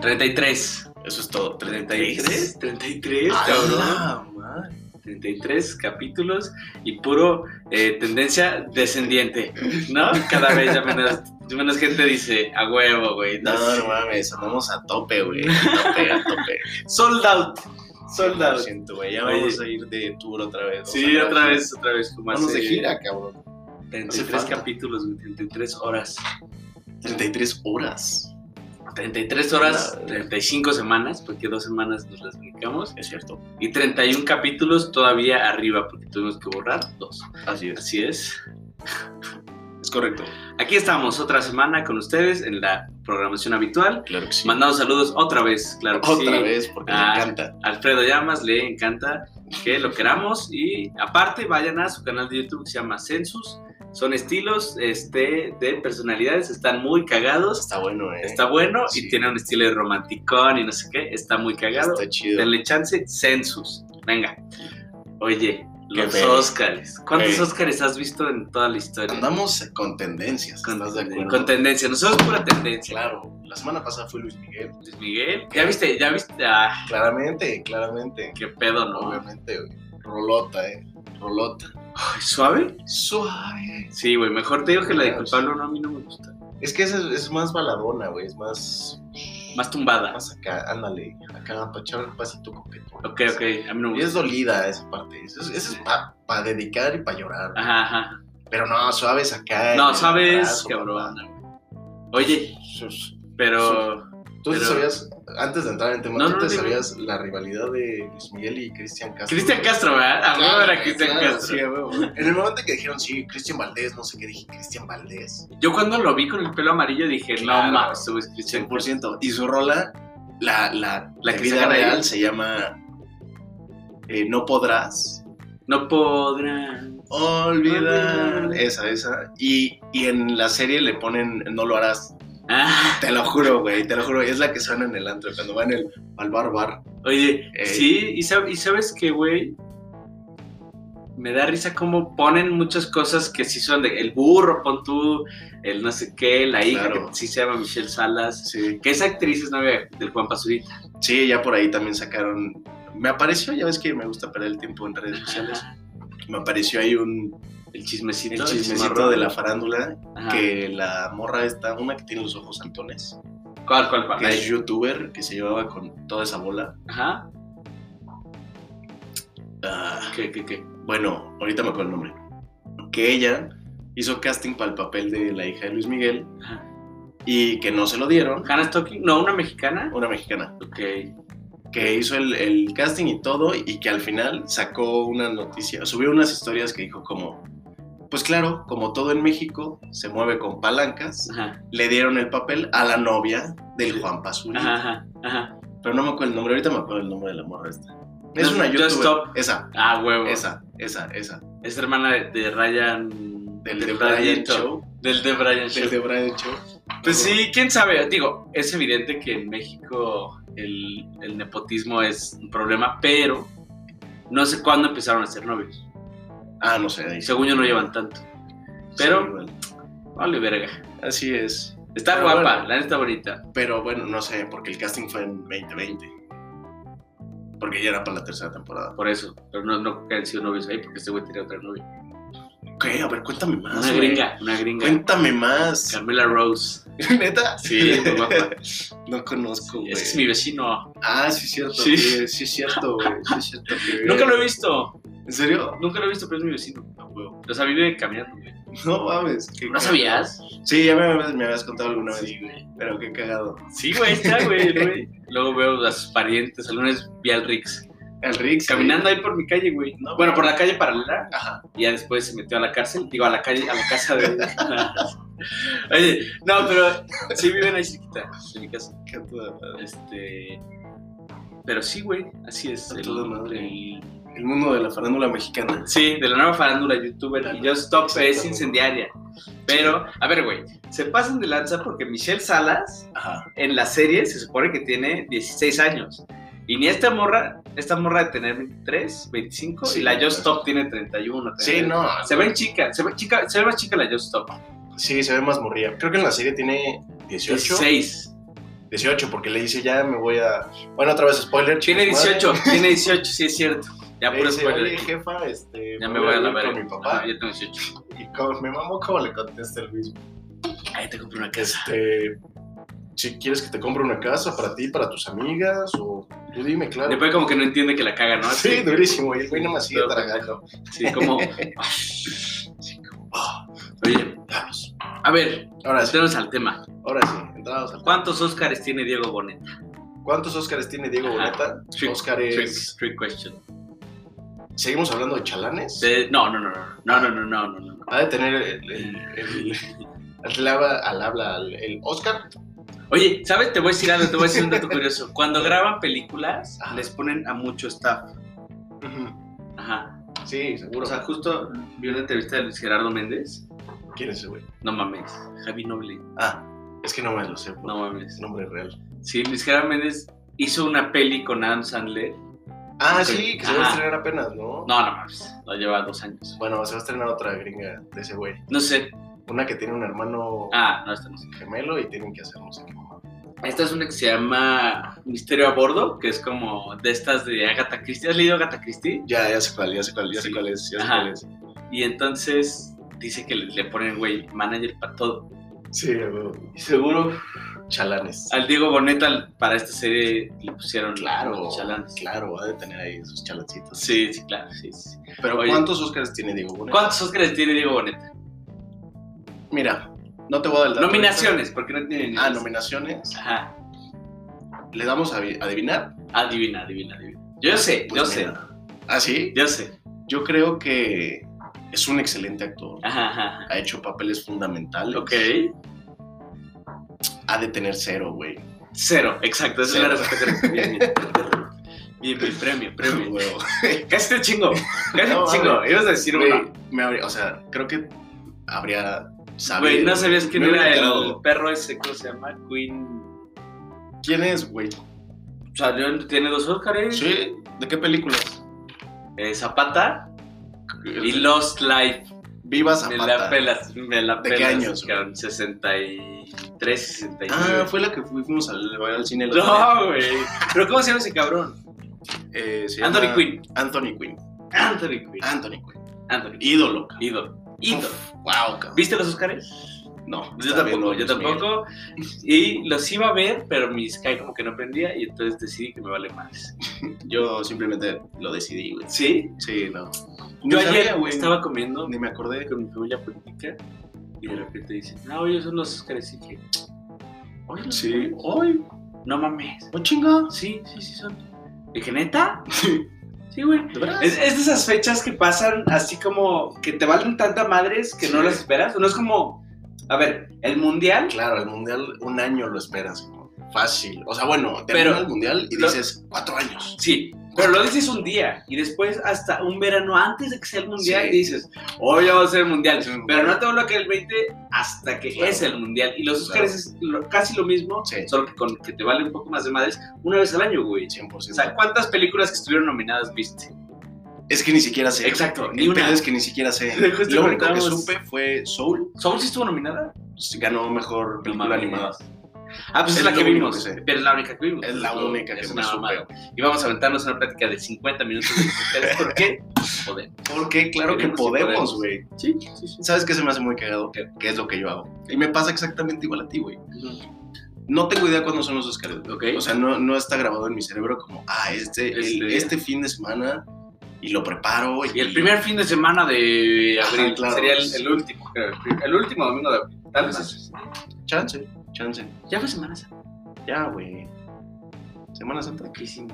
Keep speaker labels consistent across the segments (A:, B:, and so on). A: 33.
B: Eso es todo.
A: 33, 33,
B: ¡A
A: cabrón.
B: Ah, la madre!
A: 33 capítulos y puro eh, tendencia descendiente, ¿no? Cada vez ya menos, menos gente dice, a huevo, güey.
B: No,
A: No,
B: no mames, andamos a tope, güey. A tope, a tope.
A: Sold out. Sold
B: Lo
A: out.
B: siento, güey. Ya
A: Oye.
B: vamos a ir de tour otra vez.
A: Sí, otra vez, otra vez, como
B: Vamos
A: hace
B: de gira, cabrón.
A: 33
B: falta.
A: capítulos, güey, 33 horas.
B: 33 horas.
A: 33 horas,
B: Madre.
A: 35 semanas, porque dos semanas nos las brincamos.
B: Es cierto.
A: Y 31 capítulos todavía arriba, porque tuvimos que borrar dos.
B: Así es.
A: Así es.
B: Es correcto.
A: Aquí estamos otra semana con ustedes en la programación habitual.
B: Claro que sí.
A: Mandamos saludos otra vez, claro que
B: otra
A: sí.
B: vez, porque
A: Ah.
B: me encanta.
A: Alfredo Llamas le encanta que lo queramos y aparte vayan a su canal de YouTube que se llama Census. Son estilos este, de personalidades, están muy cagados,
B: Está bueno, eh.
A: está bueno y
B: Sí.
A: tiene un estilo de romanticón y no sé qué, está muy cagado.
B: Está chido.
A: Denle chance, Census. Venga. Oye,
B: Qué
A: los
B: pedo.
A: Óscares. ¿Cuántos
B: Ey.
A: Óscares has visto en toda la historia?
B: Andamos con tendencias,
A: Con,
B: ¿estás de acuerdo?
A: con tendencia, nosotros pura tendencia.
B: Claro, la semana pasada fue Luis Miguel.
A: Luis Miguel, ya viste, ya viste, ah,
B: Claramente, claramente.
A: qué pedo, ¿no?
B: Obviamente, güey. Rolota, eh. Rolota.
A: Ay, ¿Suave?
B: Suave.
A: Sí, güey, mejor te digo que la de
B: Claro,
A: culpable no, a mí no me gusta.
B: Es que esa es, es más baladona, güey. Es más.
A: Más tumbada.
B: Más acá, ándale. Acá, para echar un pasito coqueto.
A: Ok, ok, a mí no me
B: Y
A: gusta.
B: es dolida esa parte. Eso es, eso es para dedicar y para llorar. güey.
A: Ajá, ajá.
B: Pero no, suaves acá. en
A: No,
B: el
A: sabes,
B: brazo,
A: cabrón.
B: papá.
A: Oye,
B: Sus-
A: pero
B: Tú te
A: Pero-
B: sabías, antes de entrar en tema,
A: No,
B: tú
A: no,
B: te
A: dime.
B: sabías la rivalidad de Luis Miguel y Cristian Castro.
A: Cristian Castro, ¿verdad? A huevo
B: Claro,
A: era Cristian
B: claro,
A: Castro.
B: sí, a huevo. En el momento que dijeron, sí, Cristian Valdés, no sé qué dije, Cristian Valdés.
A: Yo cuando lo vi con el pelo amarillo dije,
B: Claro.
A: no mames, güey, es Cristian Castro.
B: 100%. Y su rola, la, la,
A: La
B: de
A: que
B: vida
A: sacan ahí.
B: real, se llama eh, No podrás
A: No podrán.
B: olvidar.
A: Olvidar.
B: Esa, esa. Y, y en la serie le ponen No lo harás.
A: Ah,
B: Te lo juro, güey, te lo juro. Es la que suena en el antro, cuando van el, al bar bar.
A: oye,
B: Ey.
A: sí, y, sab- y sabes que, güey, me da risa cómo ponen muchas cosas que sí son de. El burro, pon tú, el no sé qué, la hija,
B: Claro.
A: que sí se llama Michelle Salas.
B: Sí.
A: Que esa actriz es novia del Juan Pazurita.
B: Sí, ya por ahí también sacaron. Me apareció, ya ves que me gusta perder el tiempo en redes sociales. Me apareció ahí un
A: El chismecito.
B: el
A: el
B: chismecito
A: chismarrón. Ah.
B: de la farándula
A: Ajá.
B: que la morra esta, una que tiene los ojos saltones,
A: ¿Cuál, cuál, cuál?
B: que es youtuber, que se llevaba con toda esa bola.
A: Ajá.
B: Ah,
A: ¿Qué, qué, qué?
B: bueno, ahorita me acuerdo el nombre. Que ella hizo casting para el papel de la hija de Luis Miguel
A: Ajá.
B: y que no se lo dieron.
A: ¿Hannah Stocking? No, una mexicana.
B: Una mexicana
A: Ok.
B: que hizo el, el casting y todo y que al final sacó una noticia, subió unas historias que dijo como, pues claro, como todo en México se mueve con palancas,
A: Ajá.
B: le dieron el papel a la novia del Juan Pazurita.
A: Ajá, ajá, ajá.
B: Pero no me acuerdo el nombre, ahorita me acuerdo el nombre de la morra esta. Es
A: Just-
B: una
A: Just
B: youtuber.
A: Stop.
B: Esa,
A: Ah, huevo.
B: esa, esa, esa.
A: Es hermana de, de Ryan.
B: Del de Brian
A: Brianito.
B: Show.
A: Del de Brian Show.
B: Del de Brian Show.
A: Pues sí, quién sabe. Digo, es evidente que en México el, el nepotismo es un problema, pero no sé cuándo empezaron a ser novios.
B: Ah, no sé. ahí
A: Y
B: sí.
A: según yo no llevan tanto. pero-
B: Sí, bueno,
A: Vale, verga.
B: así es.
A: Está
B: Pero
A: guapa,
B: bueno.
A: la neta está bonita.
B: Pero bueno, no sé, porque el casting fue en 2020. Porque ya era para la tercera temporada.
A: Por eso. Pero no, no creo que han sido novios ahí porque este güey tenía otra novia.
B: Ok, a ver, cuéntame más.
A: Una
B: güey.
A: gringa, una gringa.
B: Cuéntame más.
A: Carmela Rose.
B: ¿Neta?
A: Sí, muy guapa.
B: No conozco, güey.
A: Ese es mi vecino.
B: Ah, sí, es cierto.
A: Sí.
B: Sí, sí, es cierto, güey. Sí, es cierto. que-
A: Nunca lo he visto.
B: ¿En serio?
A: Nunca lo he visto, pero es mi vecino.
B: No, huevo.
A: O sea, vive caminando, güey.
B: No mames. qué
A: ¿No
B: cagado.
A: sabías?
B: Sí, ya me, habías- me habías contado alguna vez.
A: Sí, güey.
B: Pero qué cagado.
A: Sí, güey, está, güey, el güey. Luego veo a sus parientes. Algunas vi al Rix.
B: El Rix.
A: Caminando ahí por mi calle, güey.
B: No.
A: Bueno, por la calle paralela.
B: Ajá.
A: Y ya después se metió a la cárcel. Digo, a la calle, a la casa de. Oye, no, pero sí viven ahí cerquita, en mi casa.
B: Qué toda madre.
A: Este. Pero sí, güey, así es.
B: A toda madre.
A: el-
B: El mundo de la farándula mexicana.
A: Sí, de la nueva farándula youtuber y Just Stop es incendiaria. Pero, a ver, güey, se pasan de lanza porque Michelle Salas
B: Ajá.
A: en la serie se supone que tiene 16 años. Y ni esta morra, esta morra de tener 23, 25
B: Sí,
A: y la
B: claro.
A: Just Stop tiene 31.
B: Sí,
A: 32.
B: no.
A: Se ven chica, se ve chica, se ve más chica la Just Stop.
B: Sí, se ve más morrida. Creo que en la serie tiene 18.
A: 16.
B: 18, porque le dice, ya me voy a... Bueno, otra vez spoiler.
A: Tiene
B: chicos, madre.
A: 18, tiene 18, sí es cierto. Ya
B: Le
A: puro
B: dice,
A: spoiler.
B: Oye, jefa, este...
A: ya me voy a la
B: ver
A: verga.
B: con mi papá.
A: Ajá, ya tengo 18.
B: Y como, me mamó como le contesta el mismo.
A: Ahí te compré una casa.
B: Este... Si quieres que te compre una casa para ti, para tus amigas, o tú dime, claro.
A: Después como que no entiende que la caga, ¿no?
B: sí,
A: Así,
B: durísimo. Y el güey nomás sigue
A: Pero-
B: tragando.
A: sí, como... Oye,
B: Vamos.
A: a ver,
B: Ah, Ahora sí,
A: pasemos al tema.
B: ahora sí, entramos al...
A: ¿Cuántos Óscares tiene Diego Bonet?
B: ¿Cuántos Óscares tiene Diego
A: Ajá.
B: Boneta?
A: Trick-
B: Óscares...
A: Trick, trick question.
B: ¿Seguimos hablando de chalanes?
A: De- no, no, no, no, no, no, no, no, no, no, no.
B: Ha de tener el... el, el- al habla, al habla, al- el Oscar.
A: Oye, ¿sabes? Te voy a decir algo, te voy a decir un dato curioso. Cuando graban películas,
B: Ajá.
A: les ponen a mucho staff. Ajá.
B: Sí, seguro.
A: O sea, justo vi una entrevista de Luis Gerardo Méndez.
B: ¿Quién es ese güey?
A: No mames, Javi Noble,
B: Ah, es que no me lo sé.
A: no mames.
B: Es nombre real.
A: Sí, Luis Gerardo Méndez hizo una peli con Adam Sandler.
B: Ah,
A: Ok.
B: sí, que se va a
A: Ajá.
B: estrenar apenas, ¿no?
A: No, no mames, la lleva dos años.
B: Bueno, se va a estrenar otra gringa de ese güey.
A: No sé.
B: Una que tiene un hermano
A: Ah, no, esta no sé.
B: gemelo y tienen que hacer no sé qué mamá.
A: Esta es una que se llama Misterio a Bordo, que es como de estas de Agatha Christie. ¿Has leído Agatha Christie?
B: Ya, ya sé cuál, ya sé cuál, ya sé
A: Sí.
B: cuál es, ya sé
A: Ajá.
B: cuál es.
A: Y entonces dice que le, le ponen, güey, manager para todo.
B: Sí, a huevo.
A: Y seguro
B: chalanes.
A: al Diego Boneta para esta serie le pusieron
B: Claro,
A: los chalanes.
B: claro, va a tener ahí sus chalancitos.
A: Sí, sí, claro, sí, sí.
B: Pero
A: Oye.
B: ¿cuántos Oscars tiene Diego Boneta?
A: ¿Cuántos Óscares tiene Diego Boneta?
B: Mira, no te voy a dar el dato.
A: Nominaciones, porque no tiene ni
B: Ah, nominaciones.
A: Ajá.
B: ¿Le damos a avi- adivinar?
A: Adivina, adivina, adivina. Yo sé, yo
B: Pues
A: sé,
B: mira. ¿Ah, sí?
A: yo sé.
B: Yo creo que es un excelente actor.
A: Ajá, ajá.
B: Ha hecho papeles fundamentales.
A: Ok.
B: Ha de tener cero, güey.
A: Cero, exacto, esa
B: Cero.
A: es la respuesta correcta. Bien, bien. Bien, bien, premio, premio.
B: Huevo.
A: Casi te chingo, casi
B: No,
A: te chingo.
B: mames.
A: Ibas a decir
B: Güey,
A: uno.
B: me habría- o sea, creo que habría sabido.
A: Güey, no sabías quién
B: Me
A: era
B: hubiera
A: el
B: enterado.
A: perro ese, ¿cómo se llama? Queen.
B: ¿Quién es, güey?
A: Salió, tiene dos Óscares.
B: Sí, ¿de qué películas?
A: Eh, Zapata y Lost Life.
B: Viva
A: Me
B: Zapata.
A: la pelas, me la
B: ¿De
A: pelas.
B: qué años, güey?
A: cabrón, 63, 69.
B: Ah, fue la que fui- fuimos al, al cine. el otro día.
A: No, güey. Ah, Pero ¿cómo se llama ese cabrón?
B: Eh, se llama-
A: Anthony Quinn. Ah.
B: Anthony Quinn.
A: Anthony Quinn.
B: Anthony Quinn.
A: Anthony Quinn.
B: Ídolo. cabrón.
A: Ídolo. Ídolo.
B: Uf, Wow, cabrón.
A: ¿Viste los Óscares?
B: No,
A: Yo
B: está
A: tampoco,
B: bien,
A: yo
B: Luis Miguel.
A: tampoco. Y los iba a ver, pero mi Sky como que no prendía y entonces decidí que me vale más.
B: Yo simplemente lo decidí, güey.
A: ¿Sí?
B: Sí, no.
A: Yo
B: Ni
A: ayer
B: sabía, güey.
A: estaba comiendo
B: Ni me acordé.
A: con mi familia política y de repente dicen, ah, oye, son los Óscares. Y dije, oye, los
B: Sí.
A: Óscares".
B: ¡Ay!
A: No mames.
B: ¡Oh, chinga!
A: Sí, sí, sí son. Dije, ¿neta? Sí, güey.
B: ¿De veras?
A: Es, es de esas fechas que pasan así como que te valen tanta madres que no
B: Sí.
A: las esperas. No es como, a ver, el mundial
B: Claro, el mundial un año lo esperas. ¿no? Fácil. O sea, bueno, termina
A: Pero-
B: el mundial y
A: lo-
B: dices cuatro años.
A: Sí, pero lo dices un día y después hasta un verano antes de que sea el mundial
B: Sí.
A: dices, hoy ya va a ser el mundial,
B: Sí,
A: pero
B: mundial.
A: no te vuelvo a caer el 20 hasta que
B: Claro.
A: es el mundial. Y los
B: Claro.
A: Óscares es lo- casi lo mismo,
B: Sí.
A: solo que con que te vale un poco más de madres una vez al año, güey.
B: 100%.
A: O sea, ¿cuántas películas que estuvieron nominadas viste?
B: es que ni siquiera sé.
A: Exacto, ni
B: Ni
A: una.
B: es que ni siquiera sé.
A: Justo
B: Lo único este que
A: comentábamos.
B: supe fue Soul
A: ¿Soul sí estuvo nominada?
B: ganó mejor película
A: mames.
B: animada.
A: Ah, pues es,
B: Es
A: la
B: lo
A: que
B: único
A: vimos,
B: que sé.
A: pero es la única que vimos.
B: Es la única que
A: es
B: me
A: una
B: supe.
A: mamada. Y vamos a aventarnos una plática de 50 minutos de los Óscares, ¿por qué? Joder.
B: Porque claro que
A: Queremos y
B: podemos,
A: podemos.
B: güey.
A: Sí, sí, sí.
B: ¿Sabes qué se me hace muy cagado? Que, que es lo que yo hago. Y me pasa exactamente igual a ti, güey. No tengo idea cuándo son los Oscars. güey.
A: Ok.
B: O sea, no, no está grabado en mi cerebro como, ah, este, el-
A: Este
B: este,
A: día.
B: fin de semana y lo preparo.
A: Y el primer fin de semana de
B: Ajá,
A: abril
B: claro.
A: sería el, el último, creo. El prim- El último domingo de abril. Tal vez es-
B: Chance, chance.
A: Ya fue Semana Santa.
B: Ya, güey. Semana Santa.
A: ¿Qué hicimos?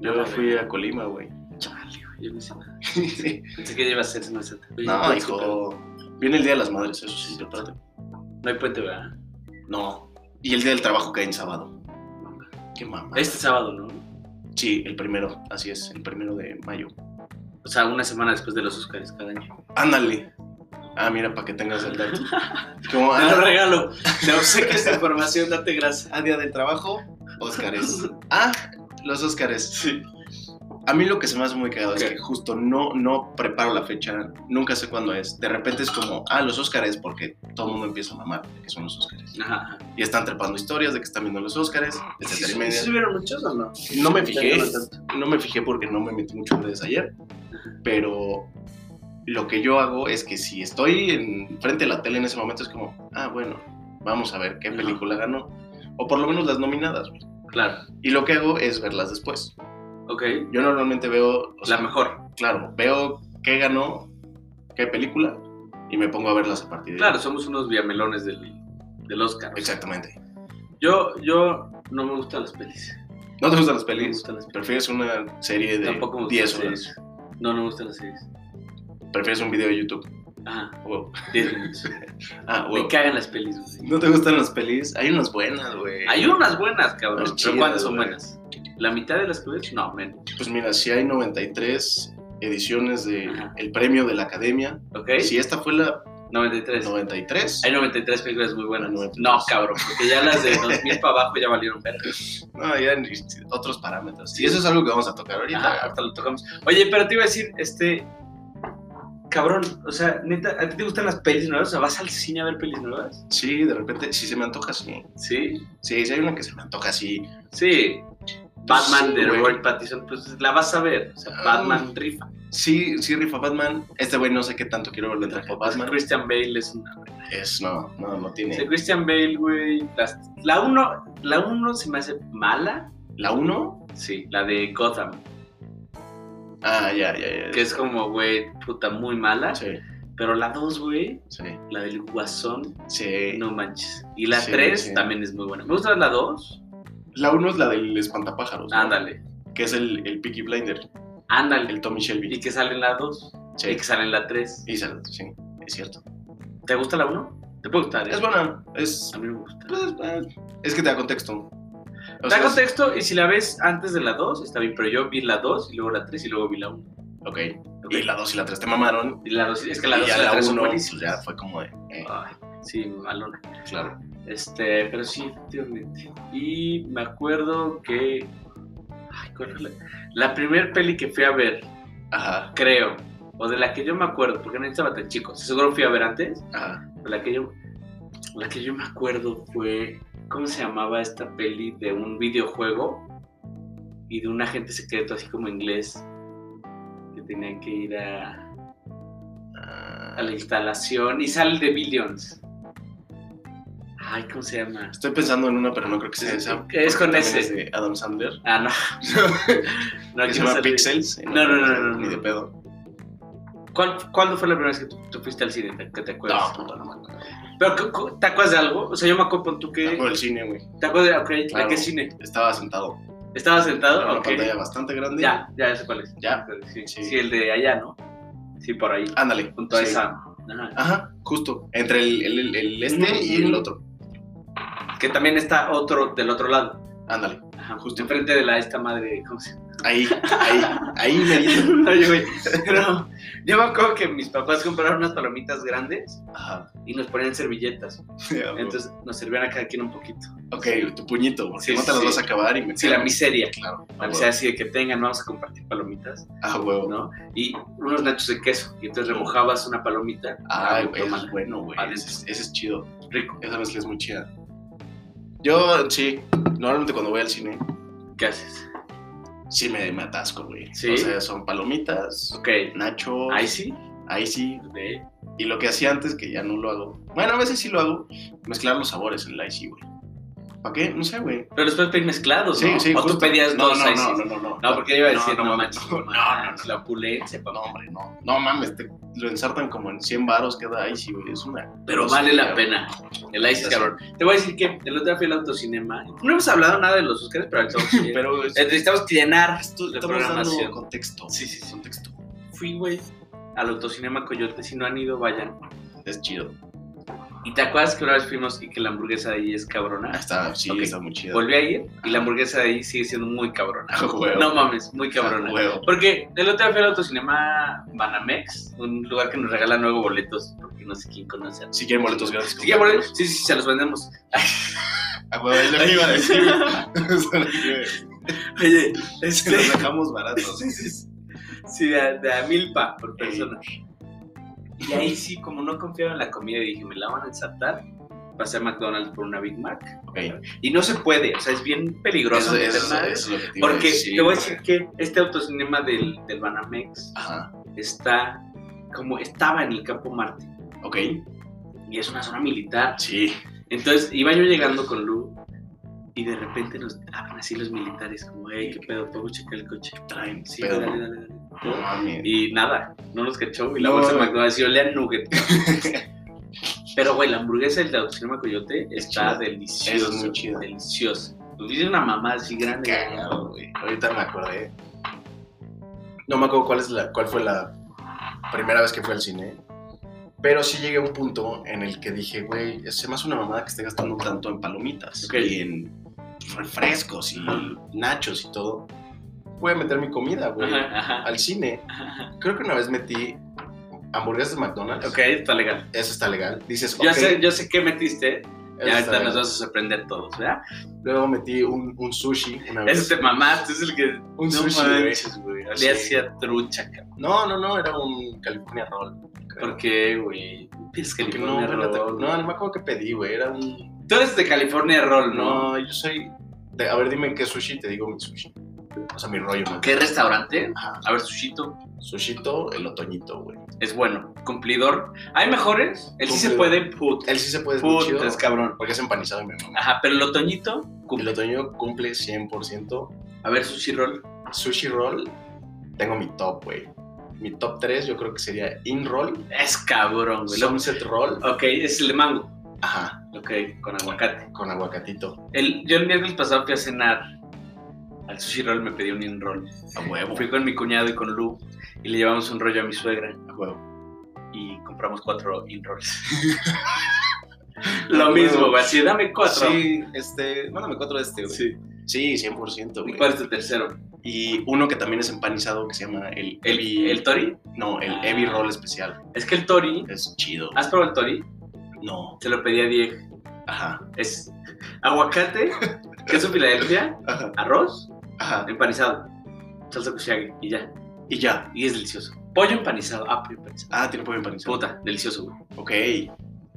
B: Yo
A: No,
B: fui a Colima, güey.
A: Chale, güey, yo no hice nada.
B: Sí.
A: Pensé que ya iba a ser Semana Santa. Oye,
B: No,
A: ¿cuál es tu pedo?
B: hijo. Viene el Día de las Madres, eso sí, lo trate.
A: No hay puente, ¿verdad?
B: No. Y el Día del Trabajo cae en sábado. Qué mamá.
A: Este sábado, ¿no?
B: Sí, el primero. Así es, el primero de mayo.
A: O sea, una semana después de los Óscares cada año.
B: Ándale. Ah, mira, para que tengas el dato. Como,
A: Te lo
B: ah,
A: regalo. Te obsequio esta información, date gracias.
B: ah, Día del Trabajo, Óscares. Ah, los Óscares.
A: Sí.
B: A mí lo que se me hace muy cagado
A: Ok.
B: es que justo no, no preparo la fecha, nunca sé cuándo es. De repente es como, ah, los Óscares, porque todo el mundo empieza a mamar que son los Óscares.
A: Ajá.
B: Y están trepando historias de que están viendo los Óscares,
A: ¿Sí,
B: etcétera y
A: sí
B: media.
A: subieron muchos o no?
B: No me fijé,
A: Tengo tanto.
B: no me fijé porque no me metí mucho desde ayer, pero lo que yo hago es que si estoy en frente de la tele en ese momento es como, ah, bueno, vamos a ver qué
A: Ajá.
B: película ganó, o por lo menos las nominadas.
A: Claro,
B: Y lo que hago es verlas después.
A: ok.
B: Yo normalmente veo, o sea,
A: La mejor.
B: claro, veo qué ganó, qué película, y me pongo a verlas a partir de
A: Claro, somos unos viamelones del, del Oscar.
B: ahí. Exactamente.
A: Yo, yo no me gustan las pelis.
B: ¿No te gustan las
A: No me
B: pelis?
A: gustan las pelis.
B: ¿Prefieres una serie de
A: Tampoco me gustan
B: 10
A: las
B: horas?
A: series. No, no me gustan las series.
B: ¿Prefieres un video de YouTube?
A: Ajá,
B: Wow.
A: 10 minutos.
B: Ah, wow.
A: Me cagan las pelis. güey.
B: ¿No te gustan las pelis? Hay unas buenas, güey.
A: Hay unas buenas, cabrón.
B: Las
A: pero ¿cuántas
B: chidas,
A: son
B: güey.
A: buenas? ¿La mitad de las que ves? No, men.
B: Pues mira, si hay 93 ediciones del
A: Ajá.
B: el premio de la academia,
A: ¿Ok?
B: si esta fue la
A: 93.
B: 93,
A: Pues, Hay 93 películas muy buenas.
B: Hay 93.
A: No, cabrón, porque ya las de 2000 para abajo ya valieron verga.
B: no, ya en- otros parámetros. Y eso es algo que vamos a tocar
A: Ajá,
B: ahorita.
A: ahorita lo tocamos. Oye, pero te iba a decir, este. Cabrón, o sea, neta, ¿a ti te gustan las pelis nuevas? O sea, ¿vas al cine a ver pelis nuevas?
B: Sí, de repente, si se me antoja, sí.
A: Sí.
B: Sí, si hay una que se me antoja, sí.
A: Sí. Batman
B: Sí,
A: de
B: güey.
A: Robert Pattinson, pues la vas a ver. O sea,
B: Ah.
A: Batman rifa.
B: Sí, sí, rifa Batman. Este güey no sé qué tanto quiero verlo en traje de Batman.
A: Christian Bale es una.
B: Es, no, no, no
A: O sea,
B: tiene.
A: Christian Bale, güey. las- La 1 la uno se me hace mala.
B: ¿La 1?
A: Sí, la de Gotham.
B: Ah, ya, ya, ya.
A: Que es como, güey, puta, muy mala.
B: Sí,
A: Pero la 2, güey,
B: sí,
A: la del Guasón,
B: sí.
A: no manches. Y la
B: Sí,
A: 3
B: sí.
A: también es muy buena. Me gusta la 2.
B: La 1 es la del espantapájaros. ¿no?
A: Ándale,
B: Que es el, el Peaky Blinder,
A: ándale.
B: el Tommy Shelby.
A: Y que salen la 2.
B: Sí.
A: Y que salen la 3.
B: Y se- sí, es cierto.
A: ¿Te gusta la 1? Te puede gustar. ¿eh?
B: Es buena, es...
A: A mí me gusta.
B: pues, eh, es que te da contexto. O
A: da
B: sea, es-
A: contexto y si la ves antes de la 2, está bien. Pero yo vi la 2 y luego la 3 y luego vi la 1.
B: Ok, y la 2 y la 3 te mamaron.
A: Y la 2, es que la
B: y
A: 2 y
B: ya
A: la 3 son
B: uno,
A: buenísimas.
B: pues ya fue como de... eh,
A: Ay, sí, malona.
B: claro.
A: Este, pero sí, efectivamente. Y me acuerdo que. Ay, ¿cuál fue la, la primer peli que fui a ver,
B: Ajá,
A: creo, o de la que yo me acuerdo, porque no estaba tan chico, seguro fui a ver antes,
B: ajá.
A: pero la que yo, la que yo me acuerdo fue. ¿Cómo se llamaba esta peli de un videojuego y de un agente secreto así como inglés que tenían que ir a,
B: Ah,
A: a la instalación y sale de Billions? Ay, ¿cómo se llama?
B: Estoy pensando en una, pero no creo que sea
A: Sí,
B: esa.
A: que es
B: porque
A: con
B: también
A: ese.
B: Es de Adam Sandler.
A: Ah, no. No,
B: que
A: aquí
B: se
A: no
B: llama
A: sale.
B: Pixels. y
A: No, no, no, no,
B: Ni
A: no.
B: de pedo.
A: ¿Cuál- ¿Cuándo fue la primera vez que tú, tú fuiste al cine? ¿Te- ¿Que te acuerdas?
B: puta, pues. no me acuerdo.
A: ¿Pero ¿cu- cu- te acuerdas de algo? O sea, yo me acuerdo con tú
B: Me
A: que...
B: acuerdo del cine, güey.
A: ¿Te acuerdas de, ok, ¿de
B: Claro.
A: qué cine?
B: Estaba sentado.
A: ¿Estabas sentado?
B: Era una
A: Ah, Ok.
B: pantalla bastante grande.
A: Ya, ya, ya sé cuál es.
B: Ya.
A: Sí,
B: Sí.
A: sí, el de allá, ¿no? Sí, por ahí.
B: Ándale.
A: Junto a
B: sí.
A: esa... Ajá.
B: Ajá, justo. Entre el, el- el- el este y
A: Mm.
B: el otro.
A: Que también está otro, del otro lado.
B: Ándale.
A: Ajá,
B: Justo.
A: justo enfrente de la esta madre... ¿Cómo se llama?
B: Ahí, ahí, ahí me dieron.
A: Oye, güey, pero yo me acuerdo que mis papás compraron unas palomitas grandes
B: Ajá.
A: y nos ponían servilletas. Entonces nos servían a cada quien un poquito.
B: ok, tu puñito, porque
A: Sí,
B: no te
A: sí,
B: las vas
A: sí.
B: a acabar y me
A: Sí, la miseria.
B: Claro.
A: O
B: Ah,
A: sea,
B: huevo.
A: así de que tengan, vamos a compartir palomitas,
B: Ah, huevo.
A: ¿no? Y unos nachos de queso. Y entonces remojabas una palomita. Ah,
B: Ay, güey, eso
A: toma,
B: es bueno, güey.
A: Vale.
B: Ese, es- ese es chido.
A: Rico.
B: Esa mezcla es muy chida. Yo, sí, normalmente cuando voy al cine,
A: ¿Qué haces?
B: sí me, me atasco, güey.
A: Sí.
B: O sea, son palomitas,
A: Ok.
B: nachos,
A: Ahí sí.
B: ahí sí.
A: De-
B: Y lo que hacía antes, que ya no lo hago. Bueno, a veces sí lo hago, mezclar los sabores en el IC, güey. ¿Para qué? No sé, güey.
A: Pero los puedes pedir mezclados,
B: Sí,
A: ¿no?
B: sí,
A: o tú
B: justo.
A: pedías
B: no,
A: dos
B: no,
A: ahí sí.
B: no, no, no, no.
A: No, porque yo iba a
B: No,
A: decir, no,
B: no,
A: manches,
B: no,
A: no,
B: no, no,
A: manches, la opulencia,
B: No,
A: papá.
B: hombre, no. No mames, te- lo ensartan como en 100 varos cada Icy, güey. Es una.
A: Pero vale la pena. El ICE, cabrón. Te voy a decir que el otro día fui al autocinema. No hemos hablado nada de los Óscares, pero ahorita vamos a ir.
B: Pero es-
A: Eh, Necesitamos llenar
B: esto-
A: la
B: estamos
A: programación.
B: dando contexto.
A: Sí, sí, sí.
B: Contexto.
A: Fui, güey, al autocinema Coyote. Si no han ido, vayan.
B: Es chido.
A: ¿Y te acuerdas que una vez fuimos y que la hamburguesa de ahí es cabrona?
B: Ah, está, sí,
A: Ok.
B: está muy chido.
A: Volví a ir y la hamburguesa de ahí sigue siendo muy cabrona.
B: Ah, huevo.
A: No mames, muy
B: Ah,
A: cabrona.
B: huevo.
A: Porque el otro día fui al autocinema Banamex, un lugar que nos regala nuevo boletos, porque no sé quién conoce.
B: Si quieren boletos gratis.
A: Sí, ya, boletos. sí, sí, sí, se los vendemos.
B: A huevo, es lo que iba a decir. Es lo que iba a decir.
A: Oye,
B: Se
A: este...
B: los dejamos baratos.
A: Sí, sí, sí. Sí, de a, de a mil pa por persona. Y ahí sí, como no confiaba en la comida, dije, me la van a ensartar. Pasé a McDonald's por una Big Mac.
B: Ok.
A: Y no se puede, o sea, es bien peligroso.
B: Eso, eso-
A: meterla.
B: eso es lo que te iba a
A: porque
B: decir,
A: te voy a
B: güey.
A: decir que este autocinema del, del Banamex
B: Ajá,
A: está como estaba en el Campo Marte.
B: ok.
A: Y es una zona militar.
B: Sí.
A: Entonces iba yo llegando con Lu y de repente nos abren así los militares, como, hey, qué pedo, puedo checar el coche.
B: Traen,
A: Sí,
B: pero
A: dale,
B: no.
A: dale, dale.
B: No mames.
A: Y nada, no nos cachó. Y la
B: No.
A: bolsa de McDonald's y olía a nugget. Pero, güey, la hamburguesa del Autocinema Coyote está
B: Chida.
A: deliciosa.
B: Es muy chida.
A: Deliciosa. Nos hice una mamá así grande.
B: Cagado, güey. Ahorita me acordé. No me acuerdo cuál, es la, cuál fue la primera vez que fue al cine. Pero sí llegué a un punto en el que dije, güey, se me hace una mamada que esté gastando tanto en palomitas
A: Ok.
B: y en refrescos y nachos y todo. Voy a meter mi comida, güey,
A: Ajá, ajá,
B: al cine.
A: ajá.
B: Creo que una vez metí hamburguesas de McDonald's.
A: Ok, está legal.
B: Eso está legal. Dices,
A: Ya
B: ok,
A: sé, yo sé qué metiste.
B: eso
A: Ya ahorita
B: está
A: nos
B: legal.
A: vas a sorprender todos, ¿verdad?
B: Luego metí un, un sushi una vez.
A: Ese te mamaste, es el que.
B: un
A: no
B: sushi, güey.
A: manches, güey. Le
B: Sí.
A: hacía trucha, cabrón.
B: No, no, no, era un California Roll. creo.
A: ¿Por qué, güey? Tienes
B: Porque no,
A: California
B: espérate,
A: Roll.
B: no, no me acuerdo qué pedí, güey. Era un.
A: Tú eres de California Roll, ¿no?
B: No, yo soy. de- a ver, dime qué sushi, te digo mi sushi. O sea, mi rollo, man.
A: ¿Qué restaurante?
B: Ajá.
A: A ver, Sushito.
B: Sushito, el otoñito, güey.
A: es bueno, cumplidor. Hay mejores, él sí se
B: Cumplidor.
A: puede, put,
B: Él sí se puede es muy chido,
A: put, es cabrón.
B: Porque es empanizado y me mama.
A: Ajá, pero el otoñito,
B: El
A: cumple.
B: otoño cumple 100%.
A: A ver, sushi roll.
B: Sushi roll, tengo mi top, güey. Mi top 3 yo creo que sería in roll,
A: Es cabrón, güey. Lo-
B: sunset roll,
A: Ok, es el de mango.
B: ajá,
A: Ok, con aguacate.
B: con aguacatito.
A: El, yo el viernes pasado fui a cenar al sushi roll, me pedí un in roll.
B: A huevo.
A: Fui con mi cuñado y con Lu y le llevamos un rollo a mi suegra
B: A huevo.
A: y compramos cuatro in rolls. Lo mismo, güey, así, dame cuatro.
B: Ah, Sí, este, mándame cuatro de este, güey.
A: Sí.
B: Sí, 100%,
A: ¿Y
B: güey.
A: cuál es tu tercero?
B: Y uno que también es empanizado que se llama el
A: ¿El,
B: Ebi-
A: el tori?
B: No, el
A: Ah.
B: Ebi Roll especial.
A: Es que el tori,
B: Es chido.
A: ¿has probado el tori?
B: No.
A: Se lo pedí a Diego.
B: Ajá.
A: es aguacate, queso Filadelfia,
B: Ajá.
A: arroz,
B: Ajá.
A: empanizado, salsa kushiyaki y ya.
B: Y ya.
A: Y es delicioso. Pollo empanizado, ah, pollo empanizado.
B: Ah, tiene pollo empanizado.
A: Puta, delicioso, güey.
B: Ok.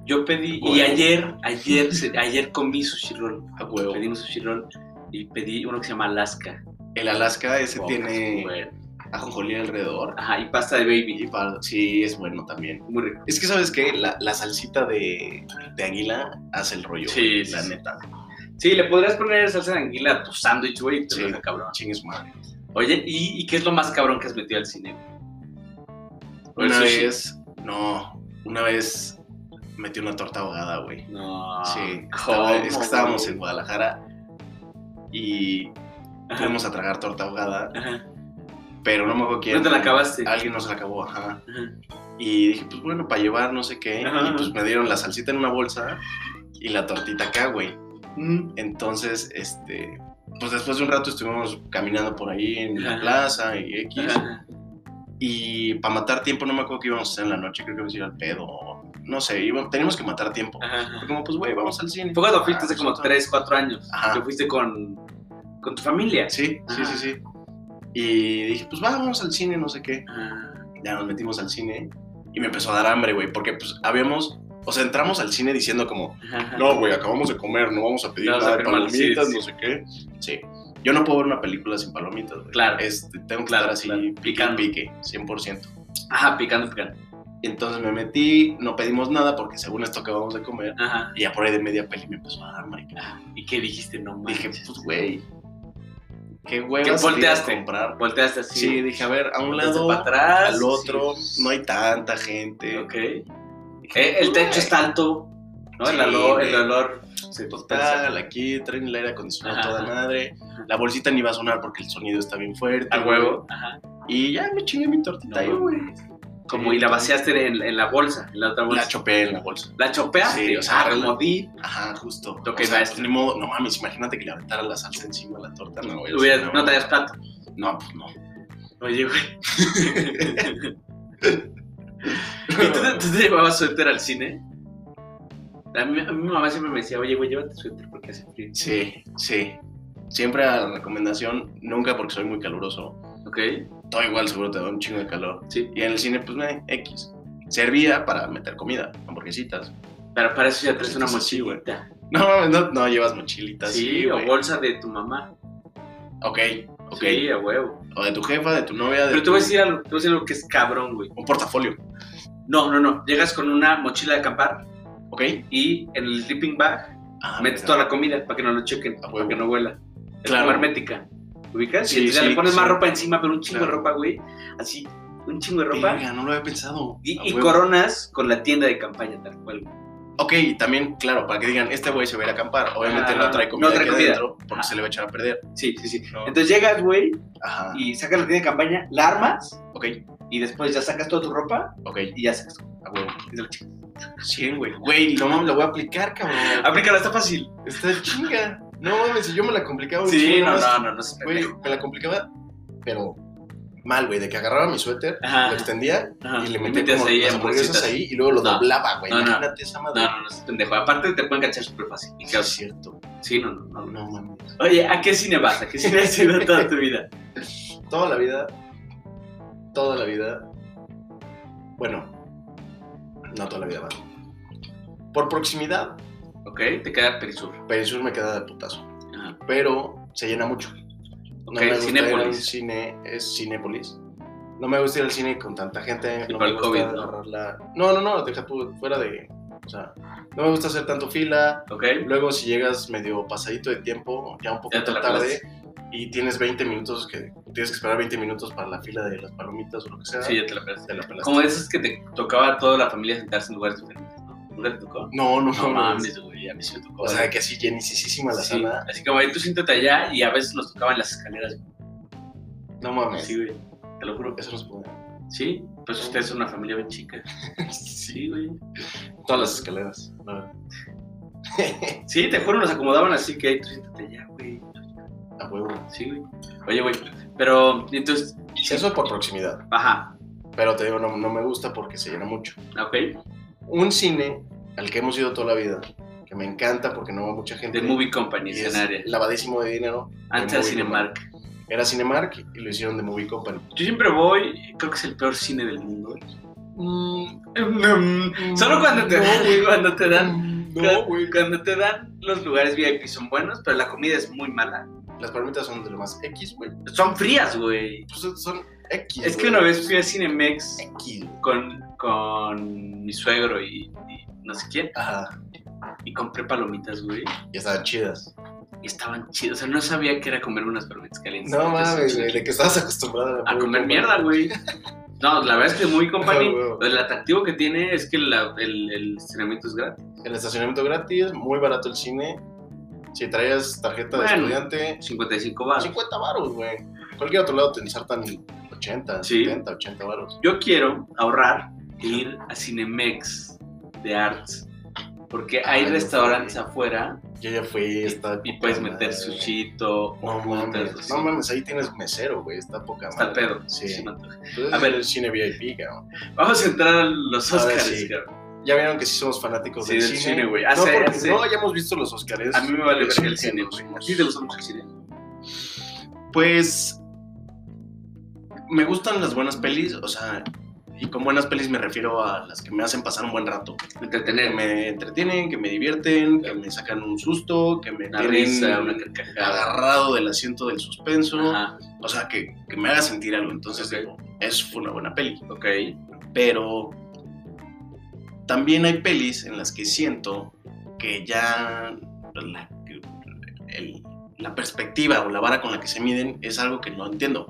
A: Yo pedí, y
B: Bueno.
A: ayer, ayer, se- ayer comí sushi roll.
B: A huevo.
A: Pedimos sushi roll y pedí uno que se llama Alaska.
B: El Alaska ese
A: Oh,
B: tiene
A: güey.
B: ajonjolí alrededor.
A: Ajá, y pasta de
B: Y
A: baby.
B: para- Sí, es bueno también.
A: Muy rico.
B: Es que, ¿sabes qué? La, la salsita de, de águila hace el rollo.
A: Sí,
B: güey,
A: sí,
B: La
A: sí.
B: neta.
A: Sí, le podrías poner salsa de anguila a tu sándwich, güey, y te lo
B: Sí.
A: deja cabrón.
B: Chingues madre.
A: Oye, ¿y, y qué es lo más cabrón que has metido al cine? ¿O el
B: Una
A: sushi?
B: vez. No. Una vez metí una torta ahogada, güey.
A: No.
B: Sí,
A: Ah, ¿cómo,
B: estaba- es que estábamos
A: güey?
B: en Guadalajara y
A: Ajá.
B: fuimos a tragar torta ahogada,
A: Ajá.
B: pero no me acuerdo quién.
A: No te la acabaste.
B: Alguien nos la acabó, ajá.
A: Ajá.
B: Y dije, pues bueno, para llevar no sé qué.
A: Ajá.
B: Y pues me dieron la salsita en una bolsa y la tortita acá, güey. ¿Mm? Entonces, este, pues después de un rato estuvimos caminando por ahí en la
A: Ajá.
B: plaza y X.
A: Ajá.
B: Y para matar tiempo, no me acuerdo qué íbamos a hacer en la noche, creo que íbamos a ir al pedo. o- No sé, íbamos- teníamos que matar tiempo. Fue
A: Ajá.
B: como, pues güey, vamos al cine.
A: Fue cuando fuiste hace
B: Ah,
A: como
B: pues,
A: 3, 4 años.
B: Ajá.
A: Que fuiste con, con tu familia.
B: Sí, sí,
A: Ajá.
B: sí, sí. Y dije, pues va, vamos al cine, no sé qué.
A: Ajá.
B: Ya nos metimos al cine y me empezó a dar hambre, güey, porque pues habíamos, o sea, entramos al cine diciendo como,
A: Ajá.
B: no, güey, acabamos de comer, no vamos a pedir
A: No vas a
B: nada de
A: pedir mal, sí,
B: palomitas,
A: sí.
B: no sé qué. Sí, yo no puedo ver una película sin palomitas, güey.
A: Claro.
B: Este, tengo que
A: Claro,
B: estar así,
A: claro.
B: picando
A: Picando.
B: pique, 100%.
A: Ajá, picando, picando.
B: Entonces me metí, no pedimos nada porque según esto acabamos de comer,
A: Ajá.
B: y ya por ahí de media peli me empezó a dar hambre. cabrón.
A: ¿Y qué dijiste? No manches.
B: Dije, pues, güey,
A: ¿Qué
B: qué hueva salir a
A: volteaste?
B: comprar.
A: Volteaste así.
B: Sí, dije, a ver, a un
A: volteaste
B: lado,
A: para atrás.
B: al otro, no hay tanta
A: Sí.
B: gente.
A: Ok. Eh, el techo está alto. ¿No?
B: Sí,
A: el olor.
B: güey.
A: El olor. se dispersa.
B: Total, Pues, aquí traen el aire acondicionado
A: Ajá.
B: toda madre. La bolsita ni va a sonar porque el sonido está bien fuerte.
A: A huevo. Ajá.
B: Y ya me chingué mi tortita ahí,
A: No,
B: güey.
A: Como
B: Sí,
A: y la vaciaste en, en la bolsa, en la otra bolsa.
B: La chopé en la bolsa.
A: La chopeaste.
B: Sí, o sea,
A: ah,
B: arregla-
A: comodín.
B: Ajá, justo.
A: Lo que
B: o sea,
A: es-
B: pues, ni modo, no mames, imagínate que le aventara la salsa encima a la torta. No, güey, o sea,
A: Hubieras-
B: Pues, no,
A: no te hayas plato.
B: No, pues no.
A: Oye, güey. ¿Y tú, te- tú te llevabas suéter al cine? A mí- a mí mi mamá siempre me decía, oye, güey, llévate suéter porque hace frío.
B: Sí, sí. Siempre a la recomendación, nunca porque soy muy caluroso.
A: ¿Ok?
B: Todo igual, seguro te da un chingo de calor.
A: Sí.
B: Y en el cine, pues, me X. Servía para meter comida, hamburguesitas.
A: Pero para eso ya traes una
B: Entonces, sí, güey.
A: mochilita.
B: No, no, no llevas mochilitas.
A: Sí, o
B: güey.
A: bolsa de tu mamá.
B: Ok, ok.
A: Sí, a huevo.
B: O de tu jefa, de tu novia, de
A: Pero te
B: tu-
A: voy a decir algo, te voy a decir algo que es cabrón, güey.
B: un portafolio.
A: No, no, no. Llegas con una mochila de acampar
B: Ok.
A: y en el sleeping bag
B: Ah,
A: metes
B: mira.
A: toda la comida para que no lo chequen,
B: A huevo.
A: para que no vuela. Es
B: Claro.
A: como hermética. ¿Ubicas?
B: Sí,
A: y entonces ya
B: sí,
A: le pones más
B: sí.
A: ropa encima, pero un chingo de
B: Claro.
A: ropa, güey. Así, un chingo de ropa.
B: Verga, no lo había pensado.
A: Y,
B: A
A: y
B: Ah, huevo.
A: coronas con la tienda de campaña, tal cual. güey.
B: Ok, y también, claro, para que digan, este güey se va a ir a acampar. Obviamente
A: Ah,
B: no trae
A: no
B: comida
A: trae
B: aquí
A: comida.
B: adentro porque
A: Ah.
B: se le va a echar a perder.
A: Sí, sí, sí.
B: No.
A: Entonces llegas, güey,
B: Ajá.
A: y sacas la tienda de campaña, la armas
B: Ok,
A: y después ya sacas toda tu ropa
B: ok,
A: y ya sacas tu
B: a huevo.
A: y se lo checas.
B: 100, güey. Güey, no mames, la voy a aplicar, cabrón.
A: Aplícala, está fácil.
B: Está chinga. No mames, si yo me la complicaba un
A: Sí,
B: chingo
A: no,
B: más.
A: no, no, no se
B: Güey,
A: pendejo.
B: me la complicaba, pero mal, güey, de que agarraba mi suéter,
A: Ajá.
B: lo extendía
A: Ajá.
B: y le metía
A: metes
B: como
A: Ah, ahí
B: las hamburguesas
A: hamburguesitas.
B: ahí y luego lo
A: No.
B: doblaba, güey.
A: No, no.
B: Imagínate esa madre.
A: No, no, no, es pendejo. Aparte te pueden cachar súper fácil. Y
B: Sí,
A: claro,
B: es cierto.
A: sí, no, no, no, no.
B: No mames.
A: Oye, ¿a qué cine vas? ¿A qué cine has ido toda tu vida?
B: Toda la vida, toda la vida, bueno, no toda la vida, va. Por proximidad,
A: Ok, te queda Perisur.
B: Perisur me queda de putazo,
A: Ajá.
B: pero se llena mucho. No
A: Ok,
B: me gusta ir al
A: Cinépolis.
B: cine, es Cinépolis. No me gusta ir al cine con tanta gente.
A: Y
B: no
A: por el
B: me gusta
A: COVID, ¿no?
B: agarrar la- No, no, no, deja tú fuera de... O sea, no me gusta hacer tanto fila.
A: Ok,
B: Luego si llegas medio pasadito de tiempo, ya un poco
A: Ya te la
B: tarde, y tienes 20 minutos, que tienes que esperar 20 minutos para la fila de las palomitas o lo que sea,
A: sí, ya te la perdiste.
B: te la pelaste.
A: Como esas que te tocaba a toda la familia sentarse en lugares diferentes, ¿no? ¿Nunca te tocó?
B: No, no,
A: No
B: no.
A: mames, güey, a mí sí me tocó.
B: O sea, que así llenicísima la
A: Sí,
B: sala.
A: Así que, güey, tú siéntate allá y a veces nos tocaban las escaleras.
B: No mames.
A: Sí, güey. Te lo juro.
B: Eso nos puede.
A: Sí, pues ustedes son una familia bien chica. Sí, güey.
B: Todas las escaleras. No.
A: Sí, te juro, nos acomodaban así que tú siéntate allá, güey.
B: A huevo.
A: Sí, güey. Oye, güey, pero entonces,
B: Eso por proximidad.
A: ajá,
B: Pero te digo, no, no me gusta porque se llena mucho.
A: ok.
B: Un cine al que hemos ido toda la vida, que me encanta porque no va mucha gente.
A: The Movie Company,
B: y
A: es
B: es
A: en área.
B: lavadísimo de dinero.
A: Antes
B: The
A: era
B: Movie
A: Cinemark.
B: Era Cinemark y lo hicieron de Movie Company.
A: Yo siempre voy, creo que es el peor cine del mundo.
B: mm,
A: Solo cuando te,
B: no, güey.
A: cuando te dan.
B: Mm, no, güey.
A: Cuando te dan los lugares VIP son buenos, pero la comida es muy mala.
B: Las palomitas son de lo más X, güey.
A: Son frías, güey.
B: Pues son X.
A: Es que
B: güey.
A: una vez fui a Cinemex
B: X, güey.
A: con, con mi suegro y, y no sé quién.
B: Ajá.
A: Y compré palomitas, güey.
B: Y estaban chidas.
A: Y estaban chidas. O sea, no sabía que era comer unas palomitas calientes.
B: No
A: Entonces,
B: mames, güey. De que estabas acostumbrada
A: A comer mierda, güey. No, la verdad es que muy
B: Ah,
A: company.
B: güey.
A: El atractivo que tiene es que la- el, el estrenamiento es gratis.
B: El estacionamiento gratis, muy barato el cine. Si traías tarjeta de
A: Bueno.
B: estudiante,
A: 55 baros.
B: 50 varos, güey. Cualquier otro lado te ensartan 80,
A: Sí.
B: 70, 80 varos.
A: Yo quiero ahorrar e ir a Cinemex de Arts. Porque hay
B: Ay,
A: restaurantes
B: güey.
A: afuera
B: Yo ya fui, está
A: y
B: poca
A: puedes
B: madre.
A: meter sushito
B: No
A: o putas,
B: mames,
A: así.
B: no mames, ahí tienes mesero, güey, está poca
A: Está el
B: madre.
A: pedo.
B: Sí.
A: Sí, me antoja.
B: Entonces,
A: A ver.
B: el cine VIP, cabrón.
A: Vamos a entrar a los
B: A ver,
A: Oscars.
B: sí.
A: cabrón.
B: Ya vieron que sí somos fanáticos
A: Sí,
B: del,
A: del cine, güey.
B: no,
A: Hace-
B: porque
A: hace-
B: no hayamos visto los Oscars.
A: A mí me vale ver el
B: Sí,
A: cine,
B: nos-
A: güey. ¿A ti te gusta mucho el cine?
B: Pues me gustan las buenas pelis, o sea, y con buenas pelis me refiero a las que me hacen pasar un buen rato, que
A: Entretenerme.
B: me entretienen, que me divierten, que me sacan un susto, que me
A: Una
B: tienen
A: risa, una carcajada.
B: agarrado del asiento del suspenso,
A: Ajá,
B: o sea, que, que me haga sentir algo, entonces
A: Ok.
B: digo, eso fue una buena peli,
A: ok.
B: pero también hay pelis en las que siento que ya la, que- el- la perspectiva o la vara con la que se miden es algo que no entiendo.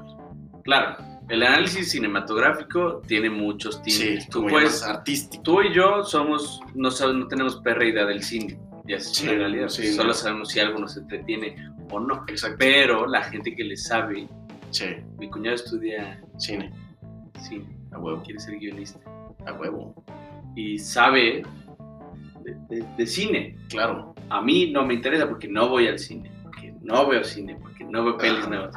A: Claro. El análisis cinematográfico tiene muchos
B: Sí,
A: timbres. tú
B: como
A: puedes
B: llamas, artístico.
A: Tú y yo somos, no, sabes, no tenemos perra idea del cine, ya es
B: Sí,
A: una realidad.
B: sí,
A: Solo
B: no.
A: sabemos si algo nos entretiene o no.
B: Exacto.
A: Pero la gente que le sabe,
B: Sí,
A: mi cuñado estudia
B: cine.
A: cine,
B: A huevo.
A: quiere ser guionista,
B: A huevo.
A: y sabe de, de- de cine.
B: Claro.
A: A mí no me interesa porque no voy al cine, porque no veo cine, porque no veo pelis
B: Ajá.
A: nuevas.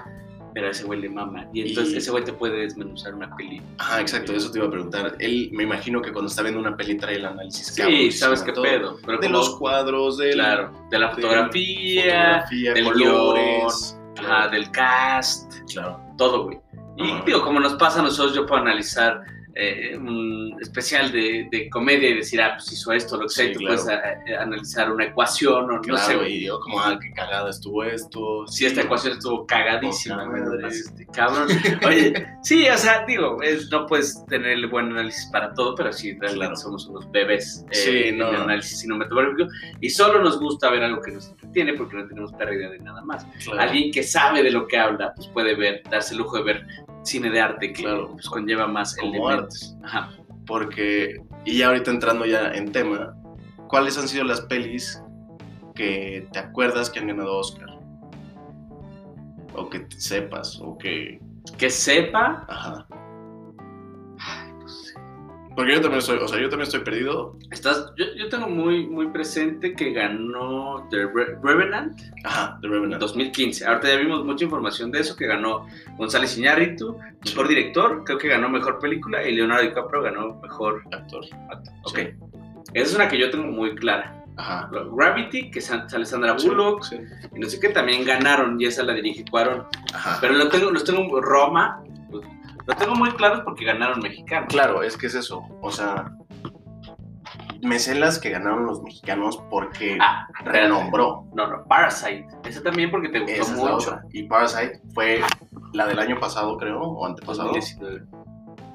A: pero a ese güey le mama. Y entonces
B: Y-
A: ese güey te puede desmenuzar una peli.
B: Ah, exacto, eso te iba a preguntar. Él, me imagino que cuando está viendo una peli trae el análisis.
A: Sí,
B: cabroncísimo
A: sabes
B: de
A: qué
B: todo.
A: pedo. Pero
B: De
A: como-
B: los cuadros, de la
A: claro, de la
B: de-
A: fotografía,
B: fotografía,
A: del
B: colores.
A: ajá, del cast,
B: Claro.
A: todo, güey. Y
B: Ajá.
A: digo, como nos pasa a nosotros, yo puedo analizar eh, un especial de, de comedia y decir, ah, pues hizo esto, lo que sea, y
B: Sí,
A: tú
B: claro.
A: puedes a- a- analizar una ecuación o no sé,
B: Claro,
A: güey.
B: y yo como, ah, qué cagada estuvo esto.
A: Sí, esta ecuación estuvo cagadísima,
B: Poca
A: güey,
B: madre.
A: nomás, este, cabrón. Oye, sí, o sea, digo, es- no puedes tener el buen análisis para todo, pero sí, realmente
B: Claro.
A: somos unos bebés eh,
B: Sí, no.
A: en el análisis cinematográfico y solo nos gusta ver algo que nos entretiene porque no tenemos pérdida de nada más.
B: Claro.
A: Alguien que sabe de lo que habla, pues puede ver, darse el lujo de ver cine de arte que
B: Claro.
A: pues, conlleva más
B: Como
A: elementos. Ajá.
B: Porque, y ya ahorita entrando ya en tema, ¿cuáles han sido las pelis que te acuerdas que han ganado Oscar? O que te sepas, o que...
A: Que sepa,
B: Ajá. Porque yo también soy, o sea, yo también estoy perdido.
A: estás, yo, yo tengo muy, muy presente que ganó The Re- Revenant.
B: Ajá, The Revenant.
A: 2015. Ahorita ya vimos mucha información de eso, que ganó González Iñárritu, mejor
B: Sí.
A: director, creo que ganó mejor película, y Leonardo DiCaprio ganó mejor
B: Actor.
A: actor.
B: Sí.
A: Ok. Esa es una que yo tengo muy clara.
B: Ajá.
A: Gravity, que sa- sale Sandra
B: Sí,
A: Bullock,
B: sí.
A: y no sé qué, también ganaron, y esa la dirige Cuarón.
B: Ajá.
A: Pero lo tengo, los tengo, Roma, pues, lo tengo muy claro porque ganaron mexicanos.
B: Claro, es que es eso. O sea, me sé las que ganaron los mexicanos porque
A: Ah,
B: renombró.
A: No, no, Parasite. Esa también porque te gustó
B: Esa es la
A: mucho.
B: otra. Y Parasite fue la del año pasado, creo, o antepasado.
A: 2019.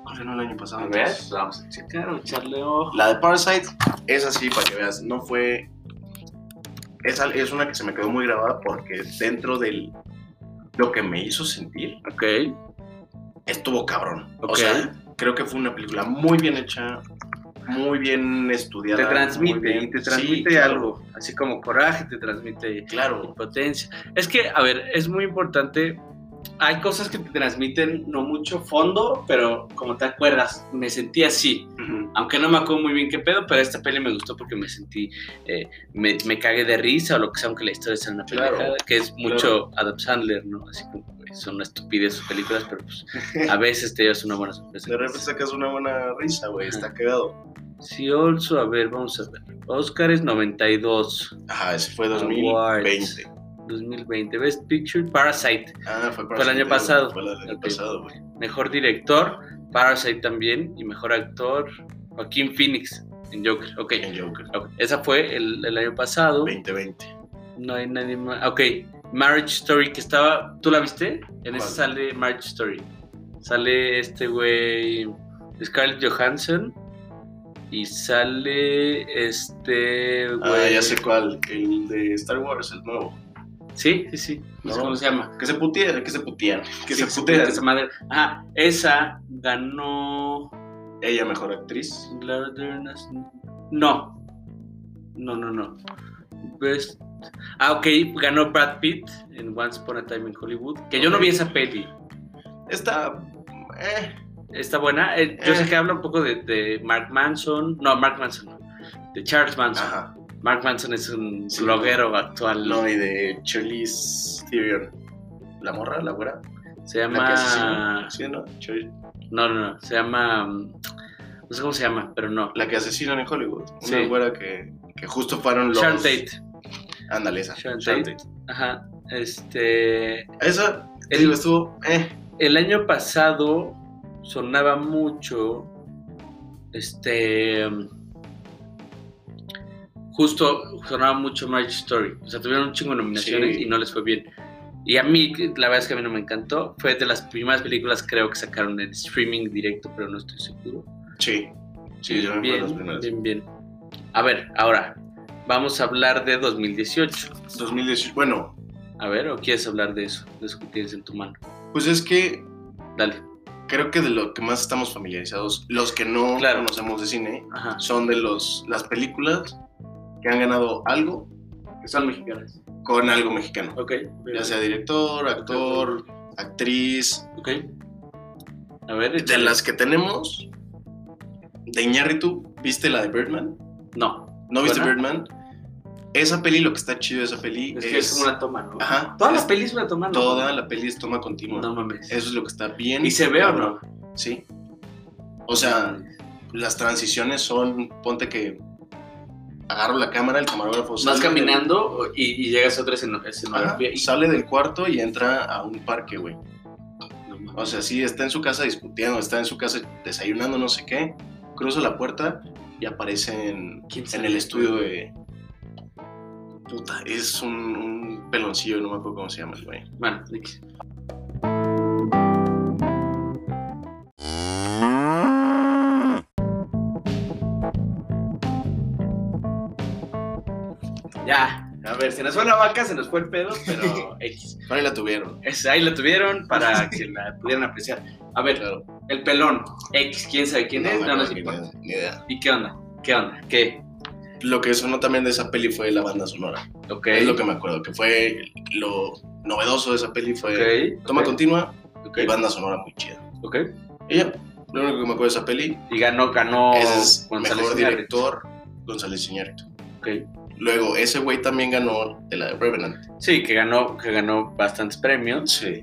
B: ¿Cuál ganó el año pasado?
A: A ver,
B: entonces?
A: vamos a checar, vamos a echarle ojo.
B: La de Parasite es así, para que veas. No fue. Es, al- es una que se me quedó muy grabada porque dentro del. Lo que me hizo sentir
A: Ok,
B: estuvo cabrón.
A: Ok.
B: O sea, creo que fue una película muy bien hecha, muy bien estudiada.
A: te
B: muy
A: transmite,
B: bien-
A: y te
B: Sí,
A: transmite
B: claro,
A: algo, así como coraje, te transmite
B: Claro,
A: impotencia. Es que, a ver, es muy importante. Hay cosas que te transmiten no mucho fondo, pero como te acuerdas, me sentí así.
B: Ujú.
A: Aunque no me acuerdo muy bien qué pedo, pero esta peli me gustó porque me sentí, eh, me, me cagué de risa o lo que sea, aunque la historia sea una
B: Claro,
A: pelejada, que es mucho Adam Sandler, ¿no? Así como güey, son una estupidez sus películas, pero pues a veces te llevas una buena sorpresa.
B: De repente sacas una buena risa, güey,
A: Ajá.
B: está quedado.
A: Sí, also, a ver, vamos a ver. Oscar es 92.
B: Ajá, ese fue
A: Awards.
B: 2020.
A: 2020. Best Picture, Parasite.
B: Ah, fue
A: el año
B: Parasite,
A: pasado.
B: Fue la del año
A: Ok.
B: pasado, güey.
A: Mejor director, Parasite también. Y mejor actor, Joaquín Phoenix en Joker. Ok.
B: En Joker.
A: ok. Esa fue el, el año pasado.
B: 2020.
A: No hay nadie más. Ok. Marriage Story, que estaba. ¿Tú la viste? En esa
B: ¿Cuál?
A: sale Marriage Story. Sale este güey. Scarlett Johansson. Y sale este
B: Ah,
A: güey.
B: ya sé cuál. El de Star Wars, el nuevo.
A: Sí, sí, sí. No sé
B: No.
A: cómo se llama.
B: Que se putean, que se putean. Que
A: Sí,
B: se putean.
A: esa madre. Ajá, esa ganó.
B: Ella mejor actriz.
A: Laura Dern as- No. No, no, no. Best- Ah, ok, ganó Brad Pitt en Once Upon a Time in Hollywood. Que yo no vi esa peli.
B: Está. Eh,
A: Está buena. Eh, yo sé
B: Eh.
A: que habla un poco de, de Mark Manson. No, Mark Manson. no. De Charles Manson.
B: ajá.
A: Mark Manson es un
B: Sí.
A: bloguero actual.
B: No, eh, y de Charlize Theron. ¿La morra? ¿La güera?
A: se
B: ¿La que asesina?
A: llama.
B: Sí, ¿no? Charli-
A: No, no, no. Se llama. mm, No sé cómo se llama, pero no.
B: La que asesinan en Hollywood. Una
A: Sí.
B: güera que, que justo fueron los.
A: Sharon Tate.
B: Ándale, esa.
A: Sharon
B: Sharon
A: Tate. Ajá. Este.
B: Tate. Esa, te
A: El-
B: digo, estuvo. Eh.
A: El año pasado sonaba mucho. Este. Justo sonaba mucho Marriage Story. O sea, tuvieron un chingo de nominaciones
B: Sí.
A: y no les fue bien. Y a mí, la verdad es que a mí no me encantó. Fue de las primeras películas, creo que sacaron en streaming directo, pero no estoy seguro.
B: Sí. Sí, yo me acuerdo de las
A: bien,
B: primeras.
A: bien, bien. A ver, ahora vamos a hablar de 2018.
B: 2018. Bueno,
A: A ver, ¿o quieres hablar de eso? De eso que tienes en tu mano.
B: pues es que
A: Dale.
B: creo que de lo que más estamos familiarizados, los que no
A: Claro.
B: conocemos de cine,
A: Ajá.
B: son de los, las películas que han ganado algo
A: Que son mexicanas.
B: con algo mexicano.
A: Ok.
B: Ya sea director, actor, actriz.
A: Ok. A ver.
B: De las que tenemos, de Iñárritu, ¿viste la de Birdman?
A: No.
B: ¿No viste
A: Buena.
B: Birdman? Esa peli, lo que está chido de esa peli
A: Es
B: es.
A: que es como una toma, ¿no?
B: Ajá.
A: Toda
B: es-
A: la peli es una toma, ¿no?
B: toda la peli es toma continua.
A: No mames.
B: Eso es lo que está bien.
A: ¿Y se ve o
B: cabrón.
A: no?
B: Sí. O sea, las transiciones son. Ponte que. Agarro la cámara, el camarógrafo.
A: Vas
B: sale del-
A: caminando y, y llegas a otra esceno-
B: Ajá,
A: escenografía. y-
B: sale del cuarto y entra a un parque, güey.
A: No mames.
B: O sea, sí, está en su casa discutiendo, está en su casa desayunando, no sé qué. Cruza la puerta y aparece en,
A: ¿Quién
B: en
A: sabe?
B: el estudio de. Puta, es un, un peloncillo, no me acuerdo cómo se llama el güey.
A: Bueno, X. Ya, a ver, se nos fue la vaca, se nos fue el pedo, pero X.
B: Ahí la tuvieron.
A: Es- ahí la tuvieron para que la pudieran apreciar. A ver,
B: Claro.
A: el pelón, X, quién sabe quién es,
B: me
A: no nos
B: acuerdo
A: importa.
B: ni, ni idea.
A: ¿Y qué onda? ¿Qué onda? ¿Qué?
B: Lo que sonó también de esa peli fue la banda sonora.
A: Ok.
B: Es lo que me acuerdo, que fue lo novedoso de esa peli fue.
A: Ok.
B: eh, Toma
A: ok,
B: continua
A: ok,
B: y banda sonora muy chida.
A: ok.
B: Y ya, lo único que me acuerdo de esa peli
A: Y ganó, ganó
B: Ese es
A: Oh, González
B: mejor
A: Iñárritu.
B: director González Iñárritu.
A: Ok.
B: Luego, ese güey también ganó de la de Revenant.
A: Sí, que ganó, que ganó bastantes premios.
B: Sí.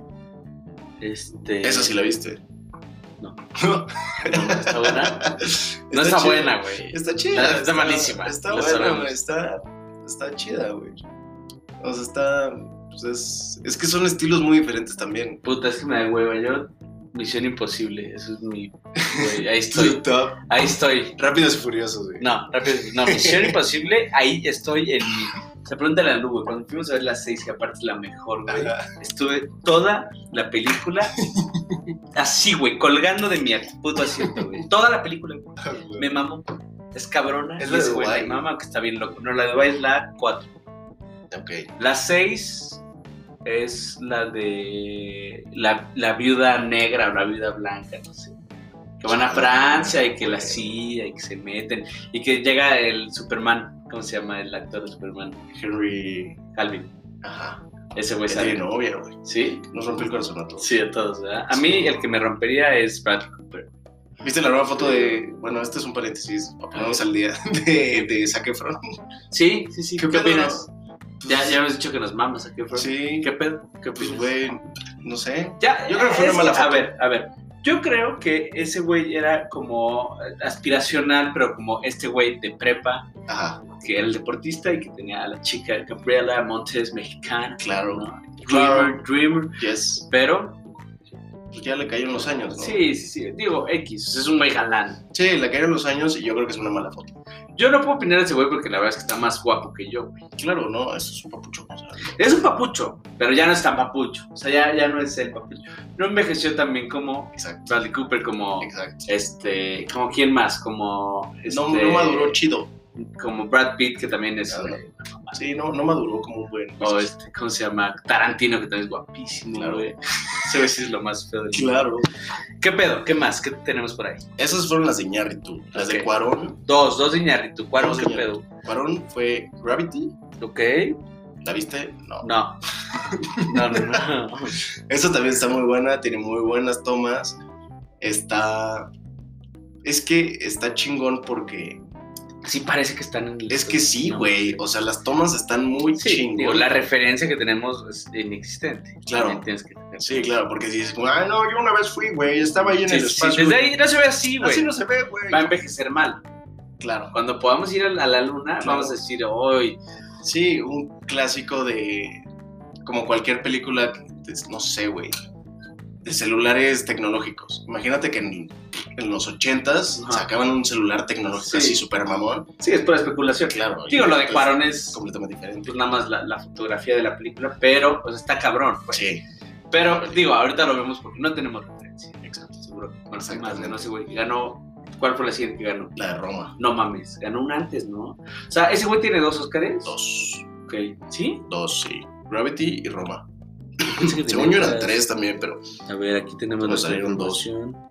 A: Este.
B: Esa sí la viste.
A: No.
B: No,
A: No, no está buena. No está,
B: chida.
A: buena, güey.
B: Está chida.
A: Está- está malísima.
B: Está
A: Lo
B: buena,
A: sabemos.
B: güey. Está, está chida, güey. O sea, está... pues es, es que son estilos muy diferentes también.
A: Puta, es que me da hueva. Yo, Misión Imposible. Eso es mi. güey, ahí estoy.
B: Top.
A: Ahí estoy.
B: Rápidos y furiosos, güey.
A: No, rápido. No, Misión Imposible. Ahí estoy en mi. Se pregunta la nube. Cuando fuimos a ver las seis, que aparte es la mejor, güey.
B: Ajá.
A: Estuve toda la película así, güey, colgando de mi puto asiento, güey. Toda la película, güey. Me mamó. Es cabrona.
B: Es
A: Es
B: la
A: la
B: de Dubái, ¿no?
A: mamá que está bien loco. No, la de Dubai es la 4.
B: Ok.
A: La 6 es la de la, la viuda negra o la viuda blanca, no sé. Que van a Francia y que la CIA y que se meten. Y que llega el Superman. ¿Cómo se llama el actor de Superman?
B: Henry...
A: Calvin.
B: Ajá.
A: Ese güey
B: Pues
A: sale.
B: tiene novia, güey.
A: ¿Sí?
B: Nos rompió el corazón a todos.
A: Sí, a todos, ¿verdad? A mí el que me rompería es Brad Cooper.
B: ¿Viste la nueva foto de.? Bueno, este es un paréntesis, para ponernos al día. De, de Zac Efron.
A: Sí, sí, sí. ¿Qué,
B: pedo?
A: opinas?
B: Pues,
A: Ya, ya hemos dicho que nos mamas aquí, Fran.
B: Sí.
A: ¿Qué pedo? ¿Qué
B: Pues,
A: opinas?
B: güey, no sé.
A: Ya,
B: Yo creo que fue una
A: es
B: mala
A: A
B: foto.
A: ver, a ver. Yo creo que ese güey era como aspiracional, pero como este güey de prepa,
B: Ajá,
A: que era el deportista y que tenía a la chica Gabriela Montes mexicana.
B: claro.
A: ¿no?
B: Claro.
A: Dreamer, dreamer.
B: Yes.
A: Pero,
B: Pues ya le cayeron los años, ¿no?
A: sí, sí, sí. Digo, X, es un güey galán.
B: Sí, le cayeron los años y yo creo que es una mala foto.
A: Yo no puedo opinar de ese güey porque la verdad es que está más guapo que yo, güey.
B: Claro, no, eso es un papucho. o sea,
A: Es un papucho, pero ya no es tan papucho. O sea, ya, ya no es el papucho. No envejeció también como
B: exacto.
A: Bradley Cooper, como
B: Exacto.
A: este, como quién más, como este,
B: No, no maduró chido.
A: como Brad Pitt que también es,
B: Claro.
A: eh,
B: Sí, no, no maduró como un buen.
A: o este, ¿cómo se llama? Tarantino que también es guapísimo,
B: Claro.
A: güey. Se ve si es lo más feo del mundo.
B: Claro.
A: ¿Qué pedo? ¿Qué más? ¿Qué tenemos por ahí?
B: Esas fueron las de Iñárritu. Las de
A: Ok.
B: Cuarón.
A: Dos, dos de Iñárritu, Cuarón,
B: Dos de
A: ¿qué pedo?
B: Cuarón fue Gravity.
A: ¿Ok?
B: ¿La viste? No.
A: No. No, no, no.
B: Esta también está muy buena, tiene muy buenas tomas. Está. Es que está chingón porque.
A: Sí parece que están en el-
B: Es que sí,
A: no.
B: güey. O sea, las tomas están muy
A: Sí,
B: chingón.
A: digo, la referencia que tenemos es inexistente.
B: Claro.
A: También Tienes que tener.
B: Sí, claro, porque si dices, ah, no, yo una vez fui, güey, estaba ahí en
A: Sí,
B: el
A: sí,
B: espacio.
A: desde ahí no se ve así, güey.
B: Así no se ve, güey.
A: Va a envejecer mal.
B: Claro.
A: Cuando podamos ir a la, a la luna,
B: Claro.
A: vamos a decir hoy.
B: Sí, un clásico de. Como cualquier película, de- no sé, güey. De celulares tecnológicos. Imagínate que en, en los 80s
A: Ajá.
B: sacaban un celular tecnológico
A: Sí.
B: así súper mamón.
A: Sí, es pura especulación.
B: Claro.
A: Digo,
B: y
A: lo de
B: pues,
A: Cuarón es
B: completamente diferente.
A: pues, nada más la, la fotografía de la película, pero pues, está cabrón. pues.
B: Sí,
A: Pero digo, ahorita lo vemos porque no tenemos referencia.
B: exacto.
A: Seguro. Bueno, sí,
B: Exactamente.
A: más de no sé, güey. que Ganó. ¿Cuál fue la siguiente que ganó?
B: La de Roma.
A: No mames, ganó un antes, ¿no? O sea, ese güey tiene dos Óscares.
B: Dos.
A: Ok. ¿Sí?
B: Dos, sí. Gravity y Roma.
A: Pensé que
B: Según yo
A: tenía
B: eran tres también, pero.
A: A ver, aquí tenemos
B: Nos
A: nuestra
B: salieron dos.
A: información.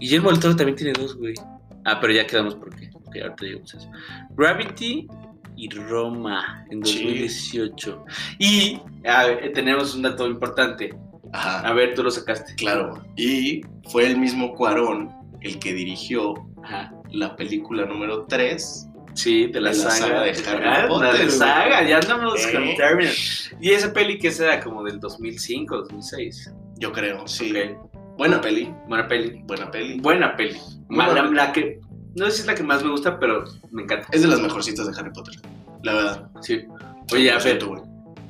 A: Guillermo del Toro también tiene dos, güey. Ah, pero ya quedamos por qué. Ok, ahorita llegamos a eso. Gravity y Roma en
B: Sí.
A: 2018. Y a ver, tenemos un dato importante.
B: Ajá.
A: A ver, tú lo sacaste.
B: Claro. Y fue el mismo Cuarón el que dirigió
A: Ajá.
B: la película número 3
A: Sí, de la,
B: De la
A: saga,
B: saga de
A: de
B: Harry
A: la-
B: Potter,
A: de la
B: güey.
A: saga, ya andamos
B: Sí.
A: con Terminator. Y esa peli que será como del 2005, 2006.
B: Yo creo, sí.
A: Ok,
B: Buena peli,
A: Buena peli.
B: buena peli.
A: Buena peli.
C: Muy
A: Ma- la-
C: buena.
A: la que, no sé si es la que más me gusta, pero me encanta.
B: Es de las mejorcitas de Harry Potter, la verdad.
A: Sí. Oye, a
B: Lo
A: ver,
B: siento, güey.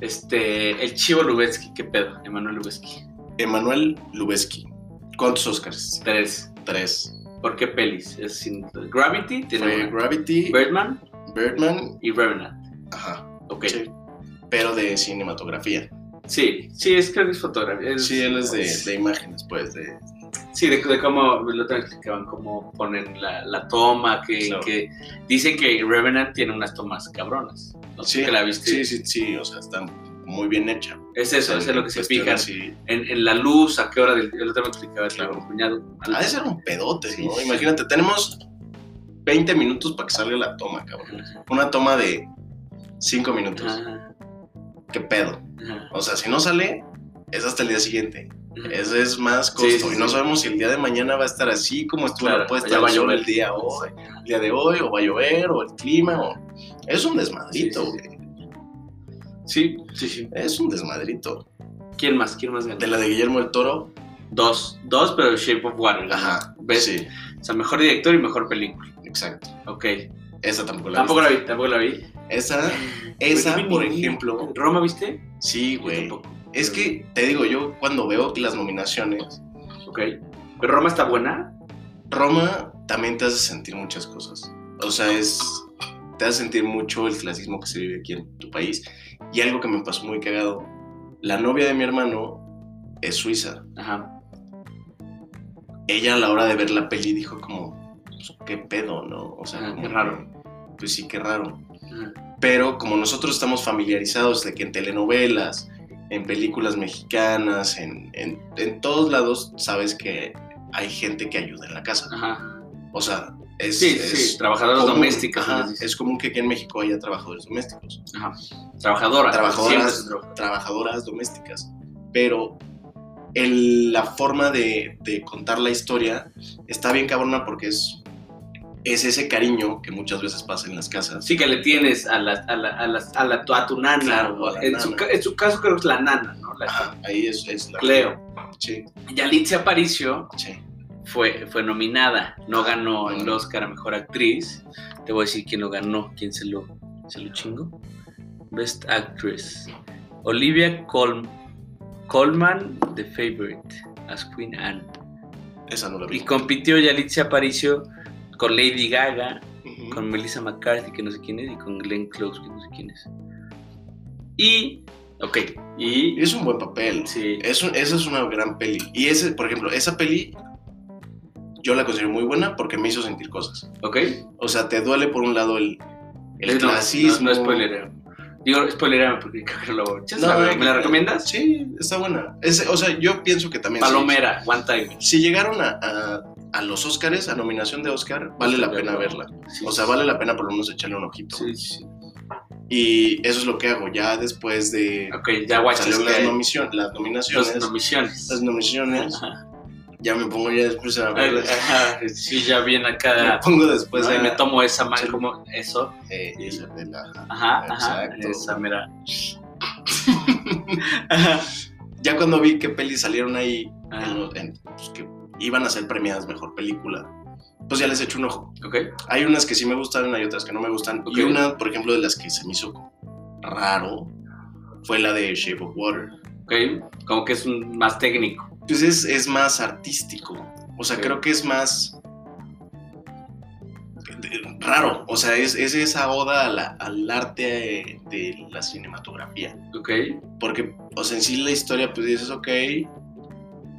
A: este, el chivo Lubeski, ¿qué pedo? Emanuel Lubeski.
B: Emanuel Lubezki. ¿Cuántos Oscars?
A: Tres.
B: Tres.
A: ¿Por qué pelis? Es sin- Gravity,
B: Fue
A: tiene una.
B: Gravity,
A: Birdman
B: Birdman,
A: y Revenant.
B: ajá,
A: Ok. Sí,
B: sí. Pero de cinematografía.
A: sí, es creo que es fotografía. es-
B: Sí, él es de, de imágenes, pues, de...
A: Sí, de, de cómo lo otro explicaban, cómo ponen la, la toma, que,
B: Claro.
A: que dicen que Revenant tiene unas tomas cabronas. No sé
B: Sí,
A: que la viste.
B: Sí, sí, sí, o sea, está muy bien hecha.
A: Es eso, eso es lo que se
B: Cuestión
A: fijan.
B: así.
A: En, en la luz, a qué hora del el otro me explicaba
B: Claro. Ah,
A: claro. cuñado.
B: Ha de ser un pedote,
A: Sí,
B: ¿no?
A: sí.
B: Imagínate, tenemos 20 minutos para que salga la toma, cabrón. Una toma de 5 minutos.
A: Ajá,
B: ¿Qué pedo?
A: ajá,
B: O sea, si no sale, es hasta el día siguiente.
A: ajá.
B: Eso es más costo.
A: Sí, sí,
B: y no
A: sí.
B: sabemos si el día de mañana va a estar así como estuvo
A: Claro,
B: la puesta.
A: ya va a
B: del sol
A: llover.
B: el día hoy, el día de hoy, o va a llover, o el clima, o... Es un desmadrito,
A: Sí, sí,
B: güey.
A: Sí, sí, sí.
B: Es un desmadrito.
A: ¿Quién más? ¿Quién más ganó?
B: De la de Guillermo del Toro,
A: Dos. Dos, pero Shape of Water. ganó.
B: ajá.
A: ¿Ves?
B: Sí,
A: O sea, mejor director y mejor película.
B: exacto.
A: Ok.
B: Esa tampoco la
A: Tampoco
B: viste.
A: la vi, tampoco la vi.
B: Esa, esa,
A: Güey,
B: por
A: vi-
B: ejemplo,
A: ¿Roma viste?
B: sí, güey.
A: Yo tampoco.
B: Es que, te digo, yo cuando veo las nominaciones,
A: Ok. ¿Pero Roma está buena?
B: Roma también te hace sentir muchas cosas. O sea, es. Te hace sentir mucho el clasismo que se vive aquí en tu país. Y algo que me pasó muy cagado: la novia de mi hermano es suiza.
A: Ajá.
B: Ella a la hora de ver la peli dijo, como, pues, qué pedo, ¿no? O sea,
A: Ah,
B: como
A: qué
B: que,
A: raro.
B: Pues sí, qué raro.
A: Ajá.
B: Pero como nosotros estamos familiarizados de que en telenovelas, en películas mexicanas, en, en- en todos lados, sabes que hay gente que ayuda en la casa.
A: Ajá.
B: O sea, es,
A: Sí,
B: es
A: sí, trabajadoras
B: común,
A: domésticas.
B: ajá,
A: les dicen.
B: es común que aquí en México haya trabajadores domésticos,
A: trabajadoras.
B: Trabajadoras.
A: Ah, Siempre son trabajadoras.
B: trabajadoras domésticas, pero el- la forma de, de contar la historia está bien cabrona porque es, es ese cariño que muchas veces pasa en las casas.
A: Sí, que le tienes a, la, a, la, a, las- a, la, tu- a tu nana.
B: Claro,
A: ¿no?
B: a la
A: en,
B: nana.
A: Su, ca- en su caso creo que es la nana, ¿no? La
B: Ajá, ahí es, es la...
A: Cleo.
B: Sí,
A: Yalitza Aparicio
B: sí.
A: fue, fue nominada, no ganó el
B: Bueno.
A: Oscar a Mejor Actriz. Te voy a decir quién lo ganó, quién se lo, se lo chingó. Best Actress. Olivia Colm, Colman, The Favorite, as Queen Anne.
B: Esa no la vi.
A: Y compitió Yalitza Aparicio con Lady Gaga,
B: Ujú.
A: con Melissa McCarthy, que no sé quién es, y con Glenn Close, que no sé quién es. Y, ok,
B: Y
A: y...
B: es un buen papel.
A: Sí,
B: Es un- esa es una gran peli. Y ese, por ejemplo, esa peli yo la considero muy buena porque me hizo sentir cosas.
A: ok. Eh,
B: O sea, te duele por un lado el, el
A: No, no,
B: clasismo.
A: No, spoileré. Digo, spoilerame porque creo que lo voy a echar.
B: No,
A: ¿Me
B: no,
A: la
B: no.
A: recomiendas?
B: Sí, está buena. Ese- o sea, yo pienso que también... sí.
A: Palomera, One Time.
B: Si llegaron a, a- a los Óscares, a nominación de Óscar, vale la pena verla.
A: Sí,
B: O sea,
A: sí,
B: vale la pena por lo menos echarle un ojito.
A: Sí, sí.
B: Y eso es lo que hago. Ya después de...
A: Ok, ya guachas.
B: Salieron las,
A: Ah, pues, que
B: nomisión- las nominaciones.
A: las nominaciones.
B: Las nominaciones.
A: Ajá.
B: Ya me pongo ya después a verlas.
A: Ajá, Sí, ya bien
B: Me
A: acá.
B: pongo después
A: Pues ahí
B: a-
A: me tomo esa mal
B: sí.
A: como eso.
B: Eh, y esa de la-
A: Ajá, ajá.
B: Exacto.
A: Esa, mira.
B: Ya cuando vi qué pelis salieron ahí,
A: Ah.
B: en lo- en- pues, que iban a ser premiadas mejor película, pues ya les echo un ojo.
A: Ok.
B: Hay unas que sí me gustaron, hay otras que no me gustan. Y
A: Ok.
B: una, por ejemplo, de las que se me hizo como raro, fue la de Shape of Water.
A: Ok. Como que es un más técnico.
B: Pues es, es más artístico. O sea,
A: Ok.
B: creo que es más eh, raro. O sea, es, es esa oda a la- al arte eh, de la cinematografía.
A: Ok.
B: Porque, o sea, en sí la historia, pues dices, ok,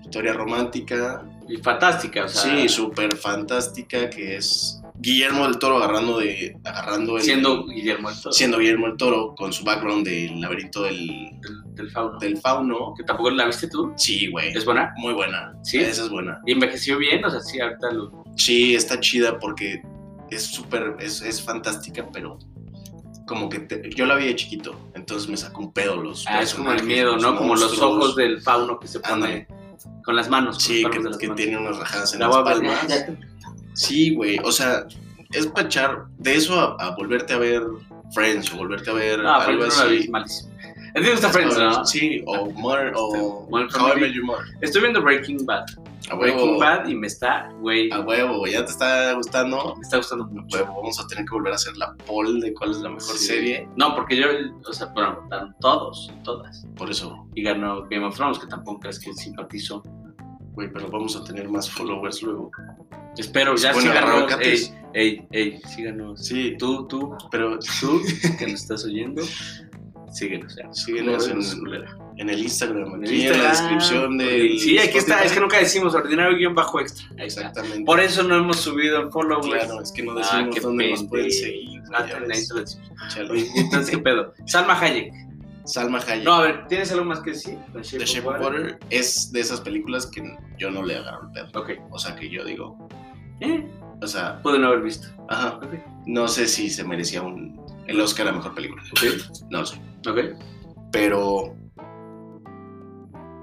B: historia romántica,
A: Y fantástica, o sea.
B: sí, súper fantástica, que es Guillermo del Toro agarrando de. agarrando el-
A: Siendo Guillermo del Toro,
B: siendo Guillermo del Toro con su background del laberinto del,
A: del, del fauno.
B: del fauno.
A: Que tampoco la viste tú.
B: Sí, güey.
A: Es buena.
B: muy buena.
A: Sí.
B: Esa es buena.
A: Y envejeció bien, o sea, sí, ahorita lo.
B: Sí, está chida porque es súper. Es, es fantástica, pero. Como que te- yo la vi de chiquito, entonces me sacó un pedo los.
A: Ah, es como el
B: personajes,
A: miedo, ¿no? Como los
B: monstruos.
A: ojos del fauno que se pone
B: Ándale.
A: con las manos. con
B: Sí,
A: las palmas
B: que,
A: de las
B: que
A: manos.
B: tiene unas rajadas en
A: La
B: las
A: voy a ver.
B: palmas. Sí, güey. O sea, es para echar de eso a, a volverte a ver Friends o volverte a ver
A: No,
B: algo
A: Ah, Friends no la vi,
B: así.
A: es malísimo. A ti te gusta Friends, ¿no?
B: Sí, o Mother, o
A: Modern
B: How I
A: Family.
B: Met Your Mother.
A: Estoy viendo Breaking Bad.
B: A
A: Breaking
B: huevo,
A: Bad y me está, güey,
B: a huevo, ya te está gustando.
A: me está gustando mucho.
B: A huevo, vamos a tener que volver a hacer la poll de cuál es la mejor
A: Sí.
B: serie.
A: No, porque yo, o sea, bueno, votaron todos, todas.
B: Por eso,
A: Y ganó Game of Thrones, que tampoco crees que simpatizo.
B: güey, pero vamos a tener más followers luego.
A: Espero, ya
B: Bueno,
A: sí ganó.
B: aguacates.
A: Ey, ey, ey, sí ganó.
B: Sí,
A: Tú, tú,
B: pero
A: tú, que nos estás oyendo, síguenos. ya.
B: síguenos en,
A: Síguenos, culera.
B: en el Instagram,
A: En el
B: aquí en la
A: Instagram.
B: descripción del.
A: Sí, aquí está,
B: Spotify.
A: es que nunca decimos ordinario guión bajo extra. Ahí está.
B: Exactamente.
A: Por eso no hemos subido en followers.
B: Claro, es que no
A: Ah,
B: decimos
A: qué
B: dónde nos pueden
A: pendejo.
B: seguir.
A: Ah,
B: ya
A: ahí
B: ves.
A: te lo decimos.
B: Chale.
A: Oye, Entonces, ¿qué pedo? Salma Hayek.
B: Salma Hayek.
A: No, a ver, ¿tienes algo más que decir? The
B: The Shape of Water es de esas películas que yo no le agarro el pedo.
A: Ok.
B: O sea, que yo digo,
A: Eh,
B: o sea,
A: pude no haber visto.
B: ajá,
A: Ok.
B: no sé si se merecía un, el Oscar a mejor película.
A: Ok.
B: No lo sé.
A: Ok.
B: Pero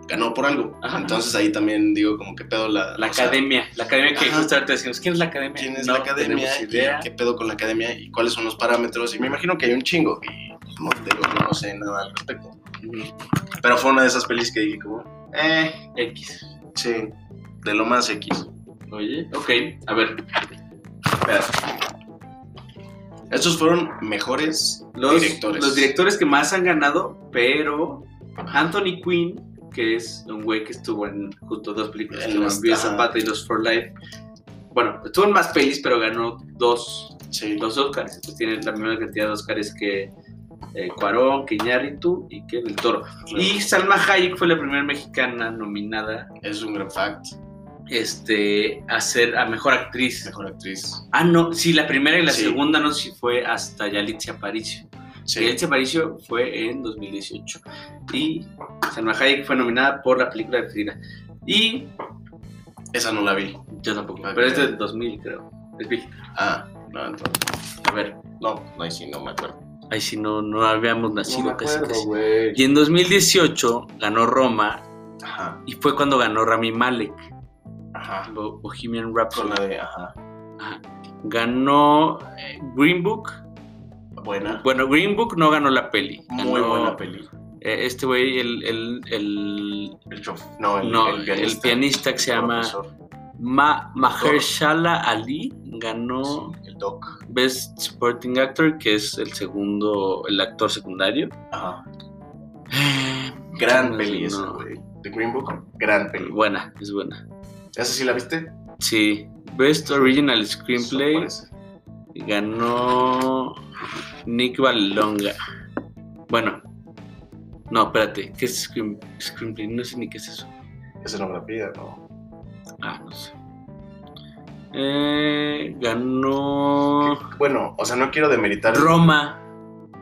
B: ganó por algo.
A: Ajá.
B: Entonces ahí también digo, como, ¿qué pedo la,
A: La
B: o sea,
A: academia. la academia que
B: ajá.
A: justo ahorita decimos. ¿Quién es la academia?
B: ¿Quién es
A: No
B: la academia?
A: tenemos
B: y
A: idea.
B: ¿Qué pedo con la academia? ¿Y cuáles son los parámetros? Y me imagino que hay un chingo. Y como te digo, yo no sé nada al respecto. Pero fue una de esas pelis que dije, como, eh,
A: X.
B: sí, de lo más X.
A: Oye, ok. A ver,
B: Espera. Estos fueron mejores
A: los
B: directores.
A: directores. los directores que más han ganado, pero Anthony Quinn, que es un güey que estuvo en justo dos películas,
B: En
A: que
B: las-
A: los Vio
B: ajá.
A: Zapata y los For Life. Bueno, estuvo en más pelis, pero ganó dos,
B: Sí.
A: dos Oscars. Entonces tiene la misma cantidad de Oscars que eh, Cuarón, que Iñárritu y que Del Toro. Y Salma Hayek fue la primera mexicana nominada
B: Es un gran fact.
A: este, a ser a mejor actriz.
B: Mejor actriz.
A: Ah, no, sí, la primera y la
B: Sí.
A: segunda, no sé si fue hasta Yalitza Aparicio.
B: Sí.
A: Yalitza Aparicio fue en 2018. Y Salma Hayek fue nominada por la película de Frida. Y
B: Esa no la vi.
A: yo tampoco,
B: Ah,
A: pero es de
B: claro.
A: 2000, creo. Es viejita.
B: Ah, no, entonces.
A: A ver,
B: No, no, ahí sí, no me acuerdo.
A: ahí sí no, no habíamos nacido casi casi.
D: güey.
A: Y en 2018 ganó Roma
B: Ajá,
A: y fue cuando ganó Rami Malek,
B: ajá.
A: Bo- Bohemian
B: Con
A: Rhapsody.
B: la de, ajá.
A: Ajá. Ganó eh, Green Book.
B: Buena.
A: Bueno, Green Book no ganó la peli.
B: Muy
A: Ganó,
B: buena peli.
A: eh, este güey, el, el, el-
B: El chof. No, el,
A: no,
B: el pianista.
A: el pianista que se llama
B: Profesor.
A: Ma- Mahershala Ali ganó
B: Sí, el doc.
A: Best Supporting Actor, que es el segundo, el actor secundario.
B: Ajá. Gran
A: No,
B: peli
A: no.
B: esa, güey. The Green Book, gran peli.
A: Eh, Buena, es buena.
B: ¿Esa sí la viste?
A: Sí. Best Original Screenplay
B: Sorpresa.
A: ganó Nick Vallelonga. Bueno, no, espérate, ¿qué es screen- Screenplay? No sé ni qué es eso.
B: Escenografía, ¿no?
A: Ah, no sé. Eh, ganó
B: Bueno, o sea, no quiero demeritar.
A: Roma.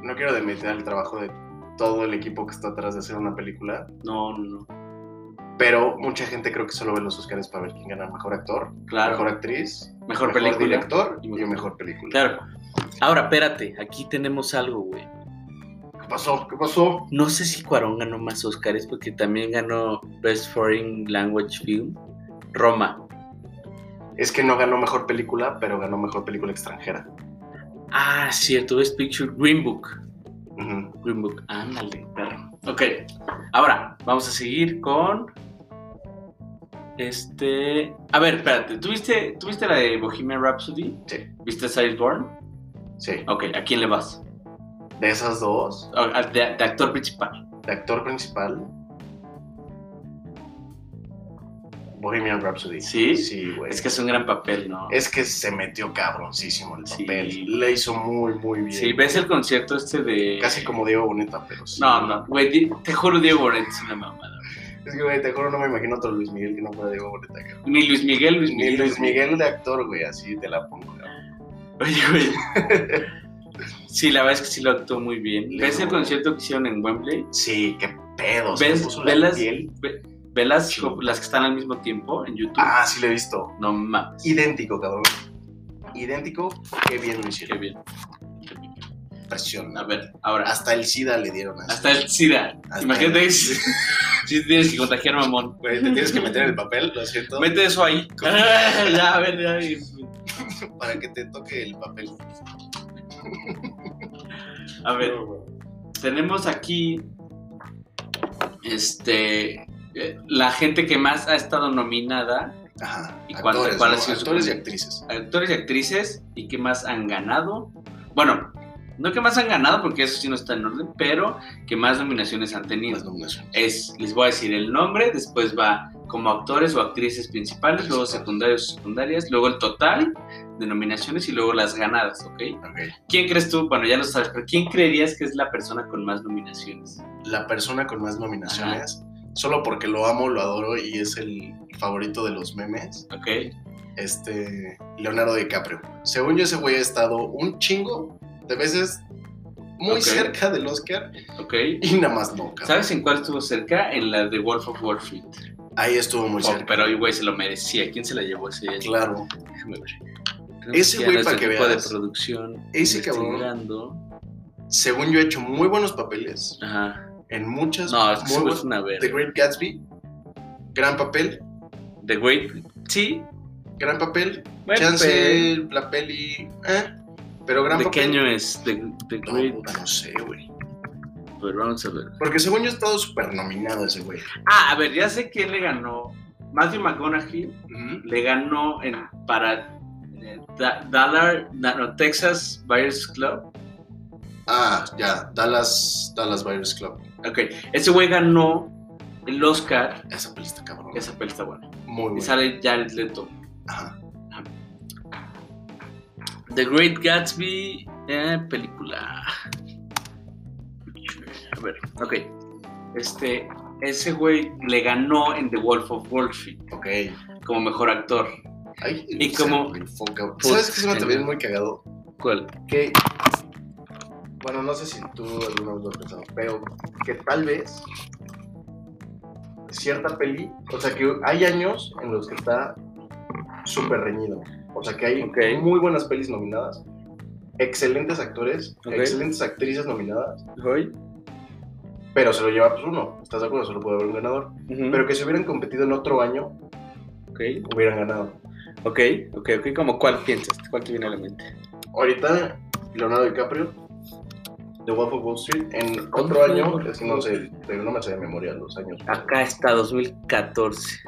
B: no quiero demeritar el trabajo de todo el equipo que está atrás de hacer una película,
A: No, no, no.
B: pero mucha gente creo que solo ve los Oscars para ver quién gana mejor actor,
A: Claro.
B: mejor
A: Mejor,
B: actriz,
A: película.
B: director
A: y
B: y
A: mejor-
B: mejor película.
A: Claro. Ahora, espérate, aquí tenemos algo, güey.
B: ¿Qué pasó? ¿Qué pasó?
A: No sé si Cuarón ganó más Oscars porque también ganó Best Foreign Language Film. Roma.
B: Es que no ganó mejor película, pero ganó mejor película extranjera.
A: Ah, cierto, Best Picture Green Book.
B: Ujú.
A: Green Book, ándale, perro. Ok, ahora vamos a seguir con. Este. A ver, espérate, ¿tuviste, ¿tuviste la de Bohemian Rhapsody?
B: Sí.
A: ¿Viste Cyrus Born?
B: Sí.
A: Ok, ¿a quién le vas?
B: De esas dos,
A: A- a- De, de actor principal.
B: de actor principal. Bohemian Rhapsody.
A: ¿Sí?
B: Sí, güey.
A: Es que es un gran papel, ¿no?
B: Es que se metió cabroncísimo el
A: Sí.
B: papel. Le hizo muy, muy bien.
A: Sí, ves el concierto este de.
B: Casi como Diego Boneta, pero sí.
A: No, no, güey, di- te juro, Diego Bonet es una mamada.
B: Es que, güey, te juro, no me imagino otro Luis Miguel que no fuera Diego Boneta. cabrón.
A: Ni Luis Miguel, Luis Miguel.
B: Ni Luis Miguel de actor, güey, así te la pongo. cabrón.
A: Oye, güey. Sí, la verdad es que sí lo actuó muy bien.
B: Le
A: ¿Ves el
B: robó.
A: concierto que hicieron en Wembley?
B: Sí, qué pedo.
A: ¿Ves? ¿Ve las-
B: piel?
A: ve- ve las,
B: Sí.
A: co- las que están al mismo tiempo en YouTube?
B: Ah, sí, lo he visto.
A: No mames.
B: Idéntico, cabrón. Idéntico, qué bien lo
A: Qué
B: hicieron.
A: bien. Qué bien.
B: presión.
A: A ver, ahora.
B: Hasta el SIDA le dieron así.
A: Hasta el SIDA.
B: Hasta
A: Imagínate
B: el-
A: si si tienes que contagiar mamón.
B: Güey, te tienes que meter en el papel, lo siento,
A: Mete eso ahí. Ah, ya, a ver, ya. y-
B: para que te toque el papel.
A: A ver, tenemos aquí este eh, la gente que más ha estado nominada,
B: Ajá.
A: ¿Y cuál-
B: actores,
A: cuál ha
B: ¿no?
A: sido su
B: actores y
A: comida?
B: actrices.
A: actores y actrices, y que más han ganado. Bueno, no que más han ganado, porque eso sí no está en orden, pero que más nominaciones han tenido.
B: Las nominaciones.
A: es, les voy a decir el nombre, después va como actores o actrices principales, luego secundarios o secundarias, luego el total de nominaciones y luego las ganadas, ¿ok?
B: Ok.
A: ¿Quién crees tú? Bueno, ya lo sabes, pero ¿quién creerías que es la persona con más nominaciones?
B: La persona con más nominaciones, solo porque lo amo, lo adoro y es el favorito de los memes,
A: ¿Ok?
B: este Leonardo DiCaprio. Según yo, ese güey ha estado un chingo de veces muy
A: Ok.
B: cerca del Oscar
A: ¿Ok?
B: y nada más no, cabrón.
A: ¿Sabes en cuál estuvo cerca? En la de Wolf of Wall Street.
B: Ahí estuvo muy
A: Oh,
B: cerca.
A: pero hoy, güey, se lo merecía. ¿Quién se la llevó ese?
B: Claro.
A: Déjame ver.
B: Ese
A: Ya
B: güey,
A: nuestro
B: para que
A: equipo
B: veas.
A: de producción.
B: Ese cabrón.
A: investigando.
B: Según yo, ha hecho muy buenos papeles
A: Ajá.
B: en muchas.
A: No, es que
B: muy
A: ese güey
B: buenos-
A: es una
B: The
A: verga.
B: Great Gatsby, gran papel,
A: The Great. Sí.
B: gran papel.
A: Bueno, pues,
B: Chance,
A: pero-
B: la peli, eh, pero gran
A: ¿De qué
B: papel.
A: año es? De, de
B: No,
A: Great.
B: puta, no sé, güey.
A: Pero vamos a ver.
B: Porque según yo ha estado súper nominado ese güey.
A: Ah, a ver, ya sé quién le ganó. Matthew McConaughey le ganó en, para eh, Da- Dallar, na- no, Texas Buyers Club.
B: Ah, ya, Dallas, Dallas Buyers Club.
A: Ok, ese güey ganó el Oscar.
B: Esa peli está cabrón.
A: Esa peli está buena.
B: muy
A: Y
B: buena.
A: sale Jared Leto.
B: Ajá.
A: The Great Gatsby, eh, película. A ver, ok. Este, ese güey le ganó en The Wolf of Wall Street
B: Ok.
A: como mejor actor.
B: Ay,
A: Y
B: se
A: como-
B: me enfoca. ¿Sabes qué se me
A: Puta.
B: también muy cagado?
A: ¿Cuál?
B: Que. Bueno, no sé si tú alguna vez lo has pensado, pero que tal vez cierta peli, o sea que hay años en los que está súper reñido. O sea que hay
A: Ok.
B: muy buenas pelis nominadas, excelentes actores,
A: Ok.
B: excelentes actrices nominadas,
A: ¿Hoy?
B: pero se lo lleva pues uno, ¿estás de acuerdo? Solo puede haber un ganador. Pero que si hubieran competido en otro año,
A: Ok,
B: hubieran ganado.
A: ok, ok, ok. ¿Cómo cuál piensas? ¿Cuál te viene a la mente?
B: Ahorita, Leonardo DiCaprio, de Wolf of Wall Street, en otro año, es que no sé, pero no me sé de memoria los años.
A: Acá está 2014.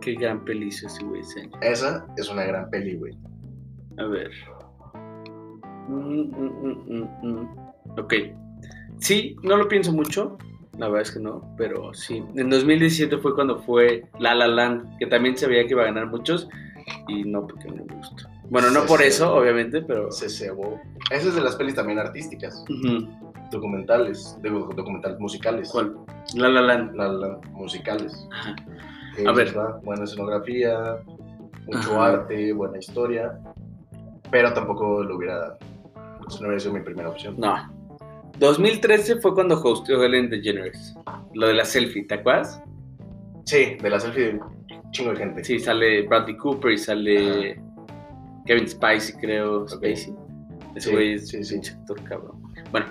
A: Qué gran peli hizo ese güey ese año.
B: Esa es una gran peli, güey.
A: A ver. Mm, mm, mm, mm, mm. Ok. Sí, no lo pienso mucho. La verdad es que no, pero sí. En 2017 fue cuando fue La La Land, que también se veía que iba a ganar muchos. Y no, porque no me gustó. Bueno, no
B: Sí,
A: por
B: sí.
A: eso, obviamente, pero.
B: Se cebó. Esa es de las pelis también artísticas,
A: Ujú.
B: documentales, digo, documentales musicales.
A: ¿Cuál? La La Land.
B: La- la- musicales.
A: Ajá.
B: Que
A: A ver.
B: dices, va, Buena escenografía, mucho
A: Ajá.
B: arte, buena historia, pero tampoco lo hubiera, no hubiera sido mi primera opción.
A: No. 2013 fue cuando hosteó Ellen DeGeneres. Lo de la selfie, ¿te acuerdas?
B: Sí, de la selfie de un chingo de gente.
A: Sí, sale Bradley Cooper y sale Kevin Spacey, creo. Spacey. Ese
B: Sí,
A: güey es
B: sí, sí.
A: pinche actor, cabrón. Bueno,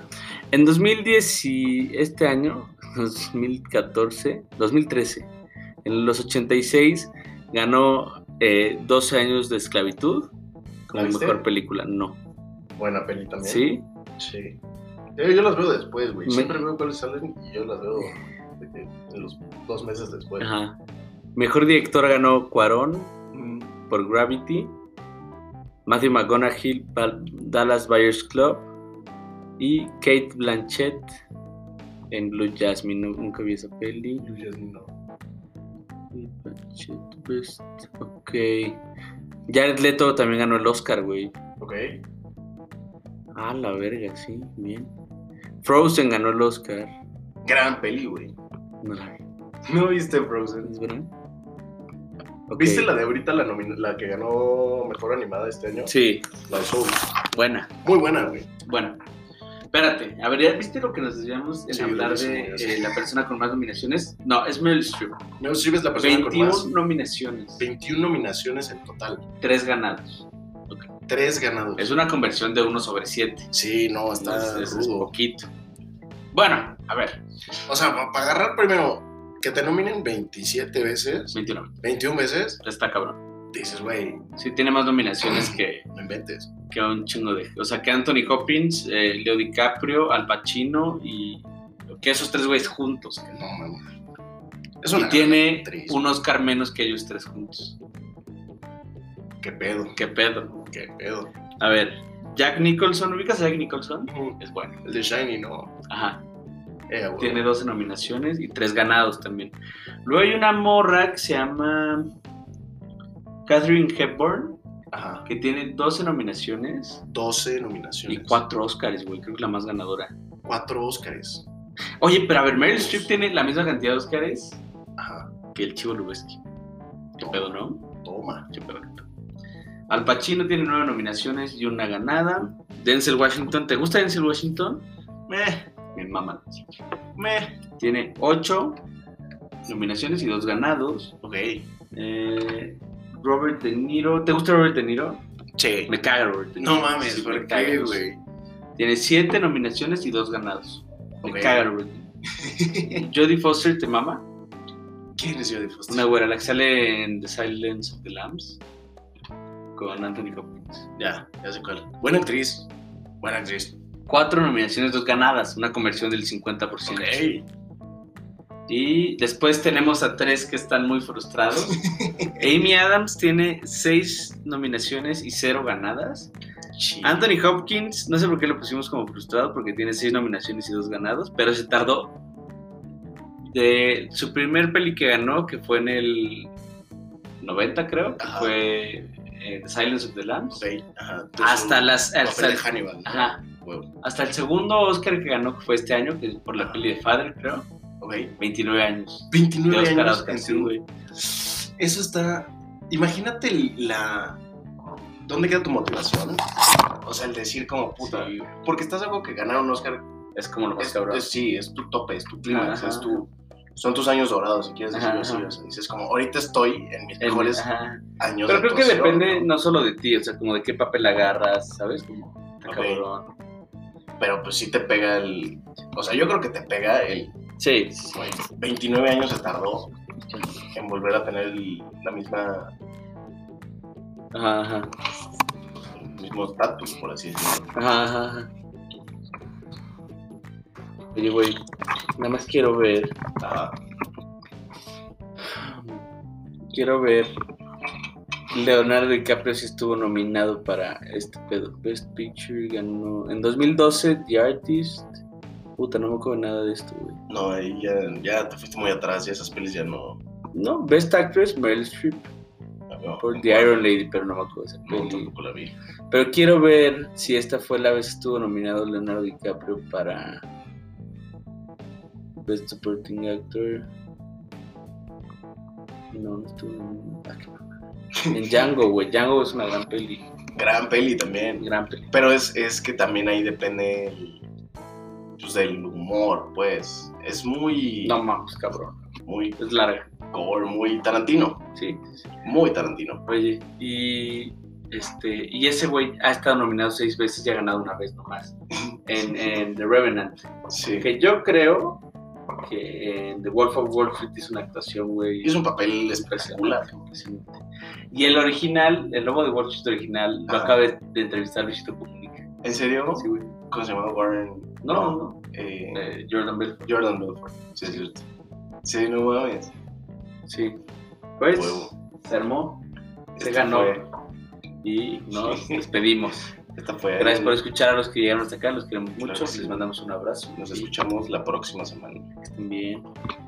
A: en 2010 y este año, 2014, 2013, en los 86 ganó eh, 12 años de esclavitud como
B: ¿La viste?
A: mejor película. No.
B: Buena peli este? también.
A: ¿Sí?
B: Sí. Yo, yo las veo después, güey.
A: Me-
B: Siempre veo cuáles salen y yo las veo de que en los dos meses después.
A: Ajá. Mejor director ganó Cuarón,
B: Mm.
A: por Gravity, Matthew McConaughey, Pal- Dallas Buyers Club y Kate Blanchett en Blue Jasmine. Nu- Nunca vi esa peli.
B: Yo ya no.
A: Kate Blanchett, Best. Ok. Jared Leto también ganó el Oscar, güey.
B: Ok.
A: Ah, la verga, sí, bien. Frozen ganó el Oscar.
B: Gran peli, güey.
A: No la vi,
B: ¿No viste Frozen?
A: ¿es verdad? Ok.
B: ¿Viste la de ahorita, la, nomin- la que ganó mejor animada este año?
A: Sí,
B: La de Soul.
A: buena,
B: Muy buena, güey.
A: buena. Espérate, a ver, ¿ya viste lo que nos desviamos en
B: Sí,
A: hablar
B: sí,
A: de
B: sí.
A: eh, la persona con más nominaciones? No, es Meryl Streep.
B: Meryl Streep es la persona
A: 21
B: con más.
A: nominaciones,
B: 21 nominaciones en total.
A: 3 ganados.
B: Tres ganados.
A: Es una conversión de 1 sobre 7.
B: Sí, no, está
A: Entonces, es
B: rudo.
A: poquito. Bueno, a ver,
B: O sea, para agarrar primero que te nominen 27 veces,
A: 21.
B: 21 veces,
A: Está cabrón.
B: dices, güey,
A: Sí, tiene más nominaciones que,
B: no inventes.
A: que un chingo de. O sea, que Anthony Hopkins, eh, Leo DiCaprio, Al Pacino y. Que esos tres güeyes juntos.
B: No, mames. Es
A: Y
B: una
A: tiene
B: actriz.
A: un Oscar menos que ellos tres juntos.
B: Qué pedo,
A: ¿Qué pedo?
B: qué pedo.
A: A ver, Jack Nicholson, ¿ubicas a Jack Nicholson? Es bueno.
B: El de Shiny, no.
A: Ajá.
B: Eh, güey.
A: Tiene 12 nominaciones y 3 ganados también. Luego hay una morra que se llama Catherine Hepburn,
B: Ajá.
A: que tiene 12 nominaciones
B: 12
A: y
B: nominaciones.
A: 4 Oscars, güey. Creo que es la más ganadora.
B: Cuatro Oscars.
A: Oye, pero a ver, Meryl Streep tiene la misma cantidad de Oscars
B: Ajá.
A: que el Chivo Lubeski. ¿Qué pedo, no?
B: Toma.
A: ¿Qué pedo? qué pedo. Al Pacino tiene 9 nominaciones y una ganada. Denzel Washington, ¿te gusta Denzel Washington? Meh. Me mama. Meh. Tiene 8 nominaciones y 2 ganados.
B: Ok.
A: Eh, Robert De Niro. ¿Te gusta Robert De Niro?
B: Che.
A: Me caga Robert De Niro.
B: No mames,
A: Sí, me
B: ¿por
A: caga,
B: qué,
A: no sé.
B: güey?
A: Tiene siete nominaciones y dos ganados. Me
B: Ok.
A: caga Robert De Niro. Jodie Foster te mama.
B: ¿Quién es Jodie Foster?
A: Una güera, la que sale en The Silence of the Lambs. Con Anthony Hopkins.
B: Ya, ya sé cuál. Buena actriz. Buena actriz.
A: Cuatro nominaciones, dos ganadas. Una conversión del 50%. Y después tenemos a tres que están muy frustrados. Amy Adams tiene seis nominaciones y cero ganadas.
B: Sí.
A: Anthony Hopkins, no sé por qué lo pusimos como frustrado, porque tiene seis nominaciones y dos ganados, pero se tardó. De su primer peli que ganó, que fue en el 90, creo, que
B: Ajá.
A: fue eh, The Silence of the Lambs.
B: Ok, ajá. Entonces,
A: Hasta
B: un
A: las.
B: papel
A: Hasta el,
B: de Hannibal. ¿no?
A: ajá.
B: Huevo.
A: Hasta el segundo Oscar que ganó, que fue este año, que es por la peli de Father, creo.
B: Ok.
A: 29 años. De
B: 29
A: Oscar a
B: años.
A: Oscar,
B: en
A: sí,
B: un-
A: güey.
B: Eso está. Imagínate el- la. ¿Dónde queda tu motivación? O sea, el decir como puta.
A: Sí.
B: Porque estás algo que ganar un Oscar.
A: Es como lo más
B: Es,
A: cabrón.
B: es- sí, es tu tope, es tu clímax,
A: Ajá.
B: es tu. Son tus años dorados, si quieres decirlo
A: Ajá,
B: así.
A: ajá.
B: O sea, dices como, ahorita estoy en mis
A: El-
B: mejores
A: ajá.
B: años
A: Pero
B: de
A: creo que
B: actuación,
A: depende
B: ¿no?
A: no solo de ti, o sea, como de qué papel agarras, ¿sabes? Como, está
B: Ok.
A: cabrón.
B: Pero pues sí te pega el. O sea, yo creo que te pega el.
A: Sí, sí,
B: güey, 29 años se tardó en volver a tener el- la misma
A: Ajá, ajá,
B: el mismo estatus, por así decirlo.
A: ajá, ajá, ajá. Oye, güey, nada más quiero ver,
B: Ajá.
A: quiero ver Leonardo DiCaprio si estuvo nominado para este pedo. Best Picture ganó en 2012 The Artist. Puta, no me acuerdo nada de esto, güey.
B: No, ahí ya, ya te fuiste muy atrás y esas pelis ya no.
A: No, Best Actress Meryl Streep
B: la veo.
A: por The Iron Lady, pero no me acuerdo de esa
B: No,
A: peli.
B: tampoco la vi.
A: Pero quiero ver si esta fue la vez que estuvo nominado Leonardo DiCaprio para Best Supporting Actor. No, no estuvo nominado. Ah, qué mamada. En Django, güey. Django es una gran peli.
B: Gran peli también.
A: Gran peli.
B: Pero es, es que también ahí depende el- pues, del humor, pues. Es muy,
A: No mames, cabrón.
B: muy
A: Es larga.
B: gore, muy tarantino.
A: Sí, sí, sí.
B: Muy tarantino.
A: Oye, y este. Y ese güey ha estado nominado seis veces y ha ganado una vez nomás. En, en The Revenant.
B: Sí.
A: Que yo creo que en The Wolf of Wall Street es una actuación, güey.
B: Es un papel espectacular.
A: Impresionante. Y el original, el lobo de Wall Street original, lo
B: Ajá.
A: acaba de, de entrevistar Luisito Comunica.
B: ¿En serio?
A: Sí, güey.
B: ¿Cómo se llamaba Warren?
A: No, no.
B: Eh,
A: eh, Jordan Belfort.
B: Jordan Belfort. Sí, es cierto. Sí, no mames.
A: Sí. Pues,
B: Huevo.
A: se armó Se
B: Esta
A: ganó.
B: fue-
A: y nos despedimos.
B: esta fue.
A: Gracias por escuchar a los que llegaron hasta acá, los queremos mucho,
B: Claro que sí.
A: les mandamos un abrazo.
B: Nos
A: y
B: escuchamos la próxima semana.
A: que estén bien.